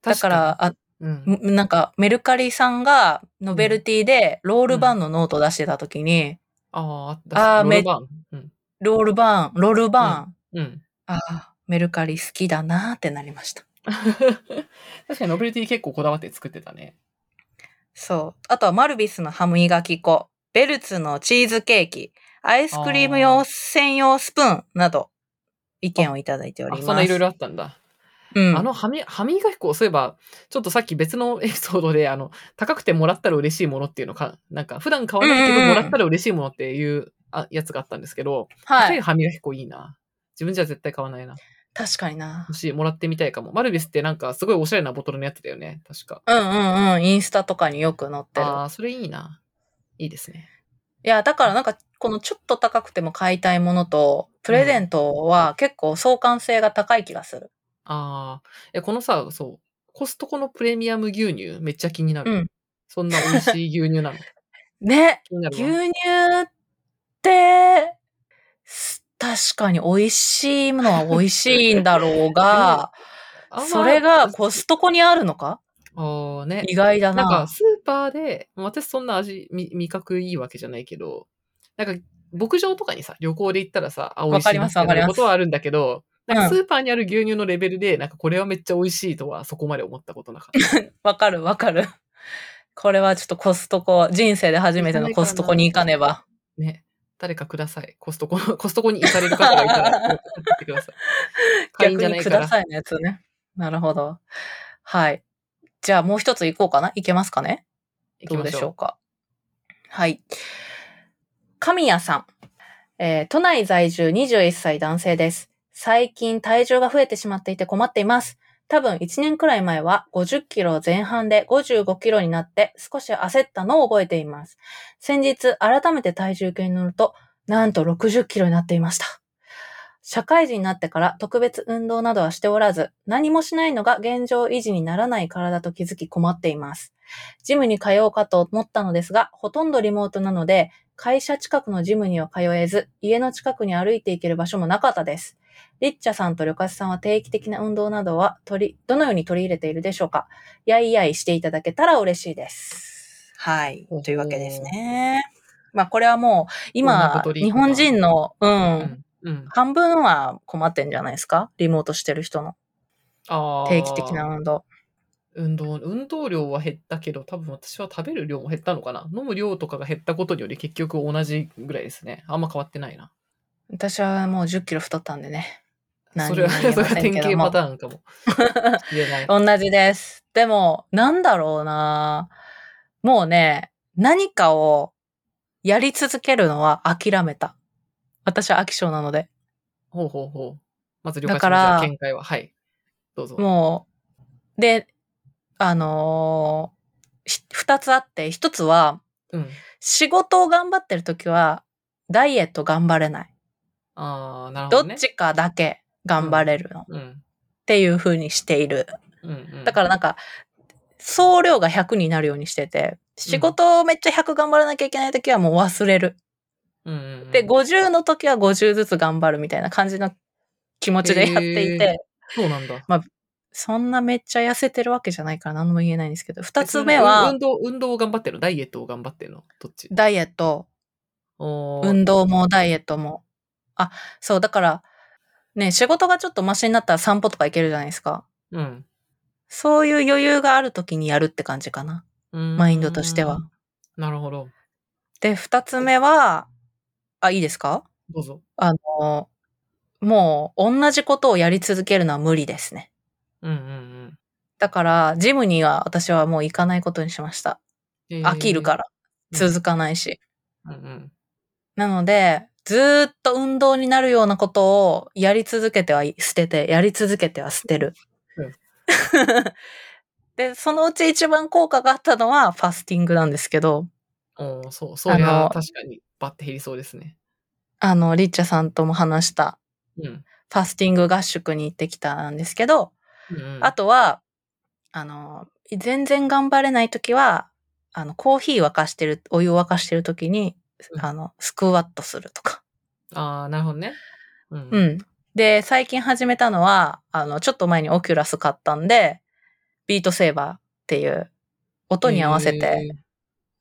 Speaker 1: だか、ら、あ、
Speaker 2: うん。
Speaker 1: むなんかメルカリさんがノベルティでロールバーンのノート出してた時に、
Speaker 2: あー
Speaker 1: あ
Speaker 2: あ、
Speaker 1: ー
Speaker 2: ロールバーンうん。
Speaker 1: ロールバーン、ロールバーン、
Speaker 2: うん。
Speaker 1: ああ、メルカリ好きだなーってなりました。
Speaker 2: 確かにノベルティ結構こだわって作ってたね。
Speaker 1: そう。あとはマルビスの歯磨き粉、ベルツのチーズケーキ、アイスクリーム用専用スプーンなど、意見をいただいてお
Speaker 2: あ、
Speaker 1: り
Speaker 2: そん
Speaker 1: ま
Speaker 2: な
Speaker 1: す。
Speaker 2: いろいろあったんだ。
Speaker 1: うん。
Speaker 2: あの、歯み、歯磨き粉、そういえば、ちょっとさっき別の エピソードで、あの、高くてもらったら嬉しいものっていうのか、なんか、普段買わないけ
Speaker 1: うんうん
Speaker 2: ど、
Speaker 1: うん
Speaker 2: もらったら嬉しいものっていうあやつがあったんですけど、
Speaker 1: は
Speaker 2: 高い
Speaker 1: い。
Speaker 2: 歯磨き粉いいな。自分じゃ絶対買わないな。
Speaker 1: 確かにな
Speaker 2: も。し、もらってみたいかも。マルビスってなんか、すごいおしゃれなボトルのやつだよね。確か。
Speaker 1: うんうんうん。インスタとかによく載ってる。
Speaker 2: ああ、それいいな。いいですね。
Speaker 1: いや、だからなんか、このちょっと高くても買いたいものと、プレゼントは結構相関性が高い気がする。
Speaker 2: ああ。え、このさ、そう、コストコのプレミアム牛乳、めっちゃ気になる。
Speaker 1: うん
Speaker 2: そんな美味しい牛乳 なの。
Speaker 1: ね。
Speaker 2: 気になるわ。
Speaker 1: 牛乳って、す確かに美味しいのは美味しいんだろう が、
Speaker 2: あんま
Speaker 1: それがコストコにあるのか
Speaker 2: ああ、ね。
Speaker 1: 意外だ
Speaker 2: なんか
Speaker 1: な。
Speaker 2: スーパーで、もう私そんな味、み味覚いいわけじゃないけど、なんか牧場とかにさ、旅行で行ったらさ、あ、美味
Speaker 1: わ
Speaker 2: しいな
Speaker 1: かります
Speaker 2: ってな
Speaker 1: わ
Speaker 2: る
Speaker 1: かります
Speaker 2: ことはあるんだけど、なんか
Speaker 1: うん
Speaker 2: スーパーにある牛乳のレベルで、なんかこれはめっちゃ美味しいとはそこまで思ったことなかっ
Speaker 1: わかるわかる。これはちょっとコストコ、人生で初めてのコストコに行かねば。
Speaker 2: た。ね。誰かください。コストコの、 コストコに行かれる方がいたら、送ってください。会 員
Speaker 1: 逆
Speaker 2: じゃな
Speaker 1: に
Speaker 2: い
Speaker 1: く
Speaker 2: から。
Speaker 1: ださいのやつね。なるほど。はい。じゃあもう一つ行こうかな。行けますかね
Speaker 2: 行き
Speaker 1: どう
Speaker 2: ま
Speaker 1: で
Speaker 2: し
Speaker 1: しょう
Speaker 2: ょ
Speaker 1: か。はい。神谷さん、えー都内在住21歳男性です。最近体重が増えてしまっていて困っています。多分1年くらい前は50キロ前半で55キロになって少し焦ったのを覚えています。先日改めて体重計に乗るとなんと60キロになっていました。社会人になってから特別運動などはしておらず何もしないのが現状維持にならない体と気づき困っています。ジムに通おうかと思ったのですが、ほとんどリモートなので、会社近くのジムには通えず、家の近くに歩いて行ける場所もなかったです。リッチャさんと旅活さんは定期的な運動などは取り、どのように取り入れているでしょうかやいやいしていただけたら嬉しいです。はい
Speaker 2: ほうほ。う
Speaker 1: というわけですね。まあこれはもう、
Speaker 2: こんな
Speaker 1: 今
Speaker 2: こ、とリー
Speaker 1: 日
Speaker 2: コが
Speaker 1: 本人の、う
Speaker 2: う。
Speaker 1: ん、
Speaker 2: うん。うん。
Speaker 1: 半分は困ってんじゃないですかリモートしてる人の
Speaker 2: あー
Speaker 1: 定期的な運動。
Speaker 2: 運動、運動量は減ったけど、多分私は食べる量も減ったのかな。飲む量とかが減ったことにより結局同じぐらいですね。あんま変わってないな。
Speaker 1: 私はもう10キロ太ったんでね。何
Speaker 2: それは、
Speaker 1: に
Speaker 2: そ
Speaker 1: も言えま
Speaker 2: れが
Speaker 1: せんけど
Speaker 2: 典
Speaker 1: も
Speaker 2: 型パターンかも。言えない。
Speaker 1: 同じです。でも、なんだろうなもうね、何かをやり続けるのは諦めた。私は飽き性なので。
Speaker 2: ほうほうほう。まず了解
Speaker 1: だ
Speaker 2: し
Speaker 1: か
Speaker 2: ました。
Speaker 1: ら
Speaker 2: 見解は。はい。どうぞ。
Speaker 1: もう、で、あのーひ二つあって、一つは、
Speaker 2: うん。
Speaker 1: 仕事を頑張ってるときは、ダイエット頑張れない。
Speaker 2: ああ、なるほ
Speaker 1: ど
Speaker 2: ど、
Speaker 1: っ
Speaker 2: ね。
Speaker 1: ちかだけ頑張れるの。っ
Speaker 2: うん。
Speaker 1: ていう風にしている。
Speaker 2: うん、うん。
Speaker 1: だからなんか、総量が100になるようにしてて、仕事をめっちゃ100頑張らなきゃいけないときはもう忘れる。
Speaker 2: ら、うんうんうん、
Speaker 1: で、50の時は50ずつ頑張るみたいな感じの気持ちでやっていて、
Speaker 2: へーそうなんだ。
Speaker 1: そんなめっちゃ痩せてるわけじゃないから何も言えないんですけど、二
Speaker 2: 二
Speaker 1: つ目は
Speaker 2: 運、動、運動を頑張ってるのダイエットを頑張ってるのどっち
Speaker 1: ダイエット、
Speaker 2: おー
Speaker 1: 運動もダイエットも。あ、そう、だから、ね、仕事がちょっとマシになったら散歩とか行けるじゃないですか。
Speaker 2: うん。
Speaker 1: そういう余裕がある時にやるって感じかな。
Speaker 2: うん
Speaker 1: マインドとしては。
Speaker 2: なるほど。
Speaker 1: で、二つ目は、あ、いいですか
Speaker 2: どうぞ。
Speaker 1: あの、もう、同じことをやり続けるのは無理ですね。
Speaker 2: うんうんうん
Speaker 1: だから、ジムには私はもう行かないことにしました。
Speaker 2: えー。
Speaker 1: 飽きるから。
Speaker 2: うん
Speaker 1: 続かないし。
Speaker 2: うんうん。
Speaker 1: なので、ずーっと運動になるようなことをやり続けては捨てて、やり続けては捨てる。
Speaker 2: うん
Speaker 1: で、そのうち一番効果があったのはファスティングなんですけど、
Speaker 2: おーそう、そうや
Speaker 1: あの
Speaker 2: 確かにバッて減りそうですね。
Speaker 1: あの、リッチャさんとも話した
Speaker 2: うん。
Speaker 1: ファスティング合宿に行ってきたんですけど、
Speaker 2: うんうん、
Speaker 1: あとは、あの、全然頑張れないときは、あの、コーヒー沸かしてる、お湯を沸かしてるときに
Speaker 2: う、ん
Speaker 1: あの、スクワットするとか。
Speaker 2: ああ、なるほどね。うん
Speaker 1: う。ん。で、最近始めたのは、あの、ちょっと前にオキュラス買ったんで、ビートセーバーっていう、音に合わせて、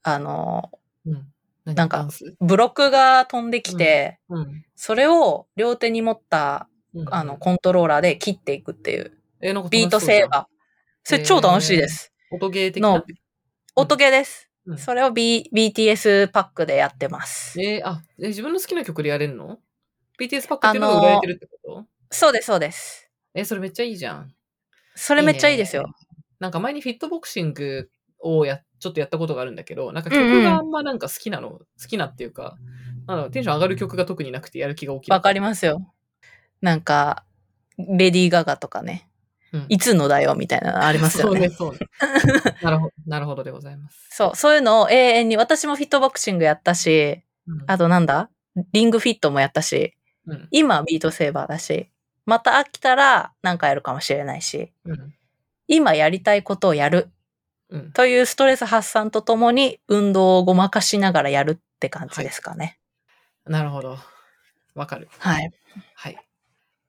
Speaker 1: あの、
Speaker 2: えー。うん。何
Speaker 1: なんか
Speaker 2: ダンス
Speaker 1: ブロックが飛んできて、
Speaker 2: うん。
Speaker 1: それを両手に持った、
Speaker 2: うん
Speaker 1: あの、、コントローラーで切っていくっていう、
Speaker 2: えーなんか
Speaker 1: ビートセーバー。それ超楽しいです。
Speaker 2: ー。音ゲー的な。
Speaker 1: の、音ゲーです。
Speaker 2: うん
Speaker 1: それを、B、BTS パックでやってます。
Speaker 2: えーあ、え自分の好きな曲でやれるの ?BTS パックっていうのが売られてるってこと、
Speaker 1: そうです、そうです。
Speaker 2: えーそれめっちゃいいじゃん。
Speaker 1: それめっちゃいいですよ。
Speaker 2: ねなんか前にフィットボクシングをや、ちょっとやったことがあるんだけど、なんか
Speaker 1: うんう
Speaker 2: 曲
Speaker 1: ん
Speaker 2: があんまなんか好きなの、好きなっていうか、なんだろうテンション上がる曲が特になくてやる気が起きる。
Speaker 1: わかりますよ。なんか、レディー・ガガとかね。
Speaker 2: うん
Speaker 1: いつのだよみたいなのありますよね。
Speaker 2: そう ね、そうね。なるほど、なるほどでございます。
Speaker 1: そう、そういうのを永遠に、私もフィットボクシングやったし、
Speaker 2: うん
Speaker 1: あとなんだリングフィットもやったし、
Speaker 2: うん
Speaker 1: 今はビートセーバーだし、また飽きたらなんかやるかもしれないし、
Speaker 2: うん
Speaker 1: 今やりたいことをやる
Speaker 2: うん
Speaker 1: というストレス発散とともに運動をごまかしながらやるって感じですかね。
Speaker 2: なるほど。わかる。
Speaker 1: はい。
Speaker 2: はい。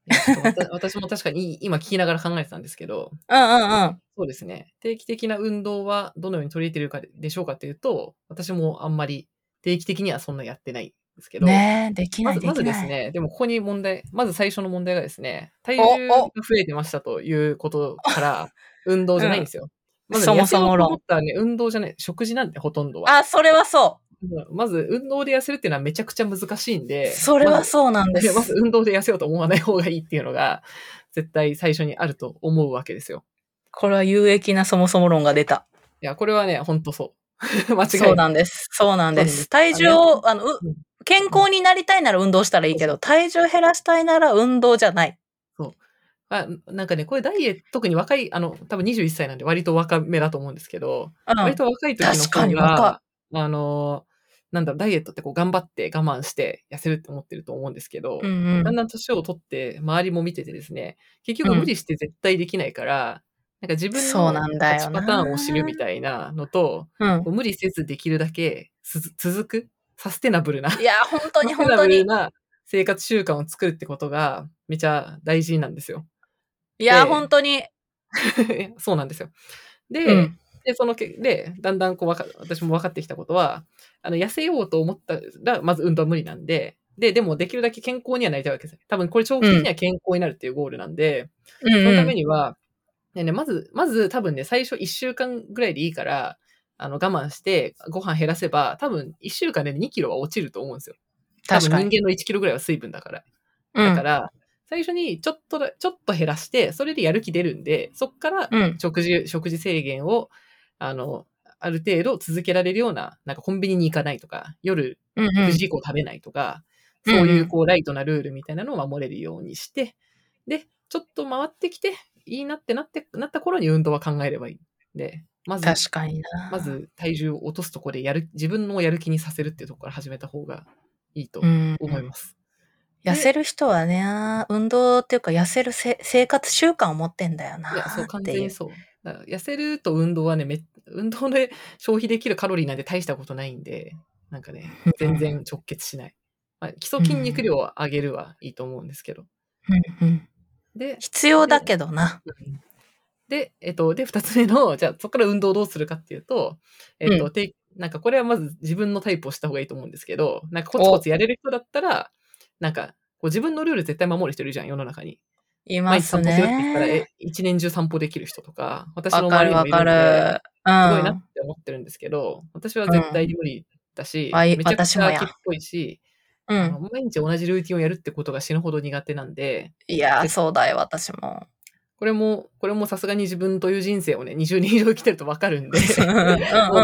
Speaker 2: いやちょっとわた 私も確かに今聞きながら考えてたんですけど、
Speaker 1: うんうんうん。
Speaker 2: そうですね。定期的な運動はどのように取り入れてるかでしょうかっていうと、私もあんまり定期的にはそんなやってないんですけど、
Speaker 1: ねえ、でき
Speaker 2: ま
Speaker 1: ない
Speaker 2: ず
Speaker 1: で
Speaker 2: まず
Speaker 1: き
Speaker 2: で
Speaker 1: な
Speaker 2: す
Speaker 1: い。
Speaker 2: ね、でもここに問題、まず最初の問題がですね、体
Speaker 1: お
Speaker 2: 重が増えてましたということ から、運動じゃないんですよ。まず、
Speaker 1: そもそも論
Speaker 2: 痩せようと思ったらね、運動じゃない、食事なんでほとんどは。
Speaker 1: あ、それはそ
Speaker 2: まず、運動で痩せるっていうのはめちゃくちゃ難しいん
Speaker 1: う。
Speaker 2: で、
Speaker 1: それ
Speaker 2: ま
Speaker 1: は
Speaker 2: ず
Speaker 1: そうなんで
Speaker 2: いや
Speaker 1: す。
Speaker 2: まず運動で痩せようと思わない方がいいっていうのが、絶対最初にあると思うわけですよ。
Speaker 1: これは有益なそもそも論が出た。
Speaker 2: いや、これはね、ほんとそう。間 違いな
Speaker 1: そう
Speaker 2: い。
Speaker 1: なんです。そうなんで
Speaker 2: そう
Speaker 1: す。体重を、あの、う
Speaker 2: うん
Speaker 1: 健康になりたいなら運動したらいいけど、体重減らしたいなら運動じゃない。
Speaker 2: あなんかね、これダイエット、特に若い、あの、多分21歳なんで割と若めだと思うんですけど、
Speaker 1: うん
Speaker 2: 割と若い時の
Speaker 1: 確かに
Speaker 2: 方
Speaker 1: 若
Speaker 2: が、あの、なんだろう、ダイエットってこう頑張って我慢して痩せるって思ってると思うんですけど、
Speaker 1: うんう
Speaker 2: だん
Speaker 1: ん。
Speaker 2: だん年を取って周りも見ててですね、結局無理して絶対できないから、なんか自分
Speaker 1: そう
Speaker 2: の
Speaker 1: なんだよな
Speaker 2: 勝ちパターンを知るみたいなのと、
Speaker 1: うん
Speaker 2: こう無理せずできるだけすず続く、サステナブルな、
Speaker 1: いや、本当に本
Speaker 2: サステナ
Speaker 1: 当
Speaker 2: ブ
Speaker 1: に。
Speaker 2: ル
Speaker 1: い
Speaker 2: な生活習慣を作るってことがめちゃ大事なんですよ。
Speaker 1: や、本当に。
Speaker 2: そうなんですよ。で、
Speaker 1: うん。
Speaker 2: で、そのけ、で、だんだんこうわか、私も分かってきたことは、あの、痩せようと思ったら、まず運動は無理なんで、で、でもできるだけ健康にはなりたいわけです。多分これ長期的には健康になるっていうゴールなんで、
Speaker 1: うん
Speaker 2: その
Speaker 1: う
Speaker 2: ため
Speaker 1: ん。
Speaker 2: には、ねね、まず、まず多分ね、最初1週間ぐらいでいいから、あの、我慢して、ご飯減らせば、多分1週間で2キロは落ちると思うんですよ。多
Speaker 1: 確
Speaker 2: 分
Speaker 1: かに。
Speaker 2: 人間の1キロぐらいは水分だから。
Speaker 1: う
Speaker 2: だか
Speaker 1: ん。
Speaker 2: ら、最初にちょっとだ、ちょっと減らして、それでやる気出るんで、そっから
Speaker 1: うん。
Speaker 2: 食事、食事制限を、あの、ある程度続けられるような、なんかコンビニに行かないとか、夜
Speaker 1: うんう
Speaker 2: 9
Speaker 1: ん。
Speaker 2: 時以降食べないとか、そういうこうライトなルールみたいなのを守れるようにして、で、ちょっと回ってきて、いいなってなって、なった頃に運動は考えればいいんで、まず、
Speaker 1: 確かにな。
Speaker 2: まず体重を落とすとこでやる、自分のやる気にさせるっていうところから始めた方がいいと思います。
Speaker 1: うん、痩せる人はね、運動っていうか痩せるせ生活習慣を持ってんだよな。
Speaker 2: いや、そう、完全にそう。痩せると運動はねめ、 運動で消費できるカロリーなんて大したことないんで、なんかね、全然直結しない。まあ、基礎筋肉量を上げるはいいと思うんですけど。
Speaker 1: うんうん、で必要だけどな。
Speaker 2: で、えっと、で、二つ目の、じゃあ、そこから運動をどうするかっていうと、えっと、うん、てなんかこれはまず自分のタイプをした方がいいと思うんですけど、なんかコツコツやれる人だったら、なんか、こう自分のルール絶対守る人いるじゃん、世の中に。
Speaker 1: いますね。毎日散歩するって言ったら、
Speaker 2: え、一年中散歩できる人とか、私の周りにもいるので、すごいなって思ってるんですけど、私は絶対に無理だし、うん、めちゃくちゃ秋っぽいし、うん、毎日同じルーティンをやるってことが死ぬほど苦手なんで。
Speaker 1: いや、そうだよ、私も。
Speaker 2: これも、これもさすがに自分という人生をね、20年以上生きてるとわかるんでも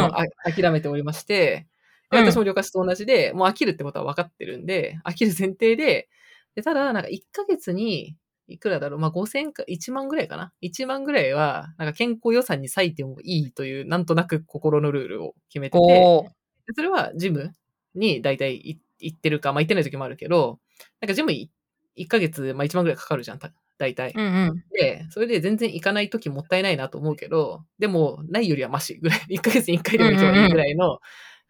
Speaker 2: う諦めておりまして、私も旅客と同じで、もう飽きるってことは分かってるんで、飽きる前提で、でただ、なんか1ヶ月に、いくらだろうまあ、5000か、1万ぐらいかな ?1 万ぐらいは、なんか健康予算に割いてもいいという、なんとなく心のルールを決めてて、それはジムに大体行ってるか、まあ、行ってない時もあるけど、なんかジム1ヶ月、まあ、1万ぐらいかかるじゃん、た大体、
Speaker 1: うんうん。
Speaker 2: で、それで全然行かない時もったいないなと思うけど、でも、ないよりはマシぐらい、1ヶ月に1回で も行けばいいぐらいの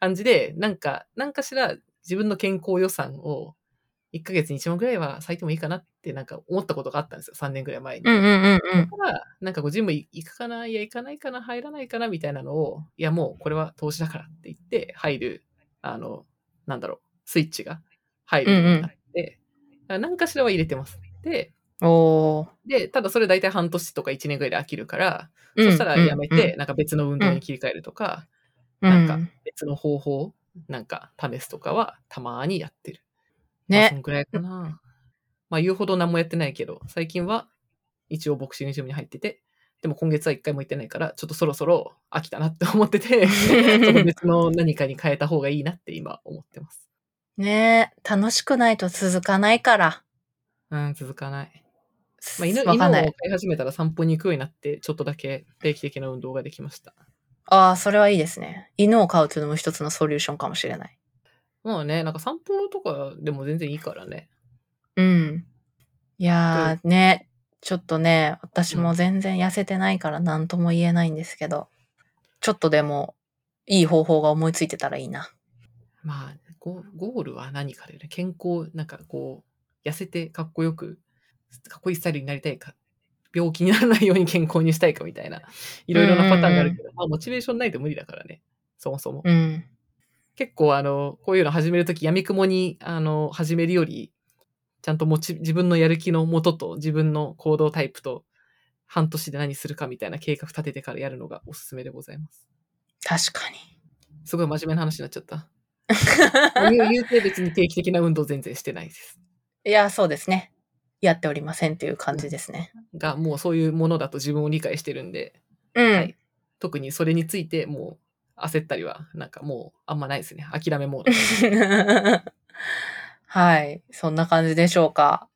Speaker 2: 感じで、うんうんうん、なんか、なんかしら自分の健康予算を1ヶ月に1万ぐらいは咲いてもいいかなってなんか思ったことがあったんですよ。3年ぐらい前に。
Speaker 1: うんうんうんうん、
Speaker 2: だから、なんかこうジム行くかないや、行かないかな入らないかなみたいなのを、いや、もうこれは投資だからって言って入る、あの、なんだろう、スイッチが入るようになって、うんうん、なんかしらは入れてます。で、
Speaker 1: お
Speaker 2: で、ただそれ大体半年とか1年ぐらいで飽きるから、うん、そしたらやめて、うんうん、なんか別の運動に切り替えるとか、うん、なんか別の方法、なんか試すとかはたまにやってる。
Speaker 1: ね。
Speaker 2: まあ、そんくらいかな。まあ言うほど何もやってないけど、最近は一応ボクシングジムに入ってて、でも今月は一回も行ってないから、ちょっとそろそろ飽きたなって思って て、別の何かに変えた方がいいなって今思ってます。
Speaker 1: ねえ、楽しくないと続かないから。
Speaker 2: うん、続かない。まあ、犬犬を飼い始めたら散歩に行くようになって、ちょっとだけ定期的な運動ができました。
Speaker 1: ああ、それはいいですね。犬を飼うというのも一つのソリューションかもしれない。
Speaker 2: まあね、なんか散歩とかでも全然いいからね。
Speaker 1: うん。いやーね、ちょっとね、私も全然痩せてないから何とも言えないんですけど、ちょっとでもいい方法が思いついてたらいいな。
Speaker 2: まあ、ゴールは何かでね、健康、なんかこう、痩せてかっこよく、かっこいいスタイルになりたいか、病気にならないように健康にしたいかみたいな、いろいろなパターンがあるけど、うんうん、まあモチベーションないと無理だからね、そもそも。
Speaker 1: うん
Speaker 2: 結構あの、こういうの始めるとき、やみくもに、あの、始めるより、ちゃんともち、自分のやる気のもとと、自分の行動タイプと、半年で何するかみたいな計画立ててからやるのがおすすめでございます。
Speaker 1: 確かに。
Speaker 2: すごい真面目な話になっちゃった。 言う言うて別に定期的な運動全然してないです。
Speaker 1: いや、そうですね。やっておりませんっていう感じですね。
Speaker 2: が、もうそういうものだと自分を理解してるんで、、
Speaker 1: うん。はい
Speaker 2: 特にそれについて、もう、焦ったりは、なんかもうあんまないですね。諦めモー
Speaker 1: ド。はい。そんな感じでしょうか。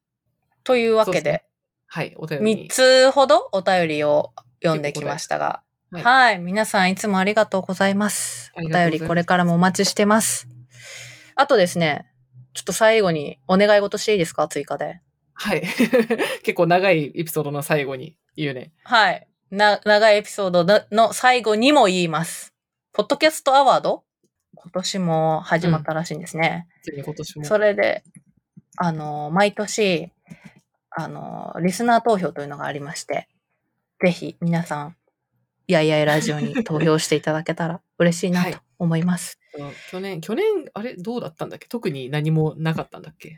Speaker 1: というわけで、でね、
Speaker 2: はい。お
Speaker 1: 便り。3つほどお便りを読んできましたが、はい、はい、皆さんいつもありがとうございます。お便りこれからもお待ちしてます。あとですね、ちょっと最後にお願い事していいですか追加で。
Speaker 2: はい。 結構長いエピソードの最後に言うね。
Speaker 1: はい。な、長いエピソードの最後にも言います。ポッドキャストアワード今年も始まったらしいんですね。
Speaker 2: うん、今年も。
Speaker 1: それで、あの、毎年、あの、リスナー投票というのがありまして、ぜひ皆さん、いやいやラジオに投票していただけたら 嬉しいなと思います。
Speaker 2: はい、去年、去年、あれどうだったんだっけ特に何もなかったんだっけ
Speaker 1: い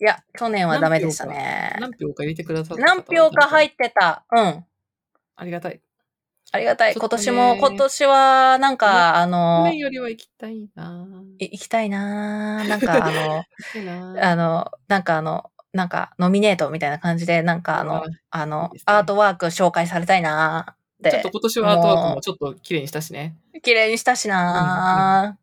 Speaker 1: や、去年はダメでしたね。
Speaker 2: 何票か入れてくださった
Speaker 1: 何票か入ってた。うん。
Speaker 2: ありがたい。
Speaker 1: ありがたい。今年も、今年は、なんか、あの、
Speaker 2: 去年よりは行きたいな
Speaker 1: 行きたいななん か、あのあの、なんかあの、なんか、ノミネートみたいな感じで、なんかあの、あの、いいね、アートワーク紹介されたいな
Speaker 2: ちょっと今年はアートワークもちょっと綺麗にしたしね。
Speaker 1: 綺麗にしたしな、うんうん、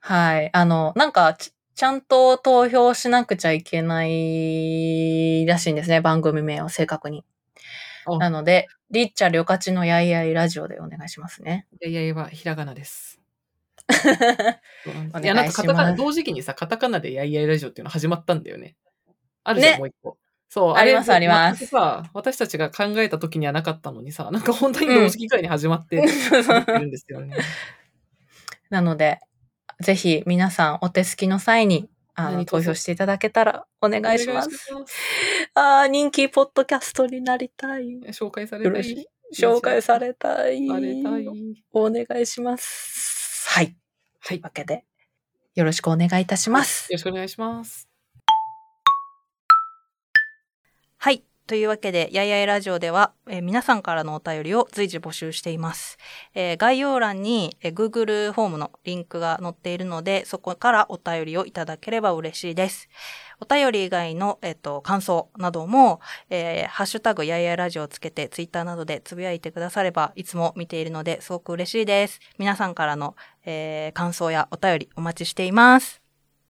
Speaker 1: はい。あの、なんか、ちゃんと投票しなくちゃいけないらしいんですね、番組名を正確に。
Speaker 2: あ
Speaker 1: なので、リッチャ・リョカチのやいやいラジオでお願いしますね。
Speaker 2: いやいやいやはひらがなです。
Speaker 1: お願いします
Speaker 2: いや、なんかカタカナ、同時期にさ、カタカナでやいやいラジオっていうの始まったんだよね。あるじゃん、
Speaker 1: ね
Speaker 2: もう一個。そう、
Speaker 1: あります
Speaker 2: れ
Speaker 1: あります
Speaker 2: 全くさ、私たちが考えた時にはなかったのにさ、なんか本当に同時期くらいに始まって、なってるんですよね。
Speaker 1: なので、ぜひ皆さんお手すきの際に、あの、
Speaker 2: 何卒
Speaker 1: 投票していただけたら お願いしま
Speaker 2: お願
Speaker 1: す。
Speaker 2: いします。
Speaker 1: ああ、人気ポッドキャストになりたい。
Speaker 2: 紹介され
Speaker 1: よ
Speaker 2: た
Speaker 1: ろ
Speaker 2: い。
Speaker 1: しい紹介されたい。
Speaker 2: されたい。
Speaker 1: お願いします。はい。
Speaker 2: はい。
Speaker 1: わけで、よろしくお願いいたします。
Speaker 2: よろしくお願いします。
Speaker 1: はい。というわけで、やいやいラジオでは、えー皆さんからのお便りを随時募集しています。えー概要欄に、えー Google フォームのリンクが載っているので、そこからお便りをいただければ嬉しいです。お便り以外の、えっと感想なども、えーハッシュタグやいやいラジオをつけて、Twitter などでつぶやいてくだされば、いつも見ているので、すごく嬉しいです。皆さんからの、えー感想やお便りお待ちしています。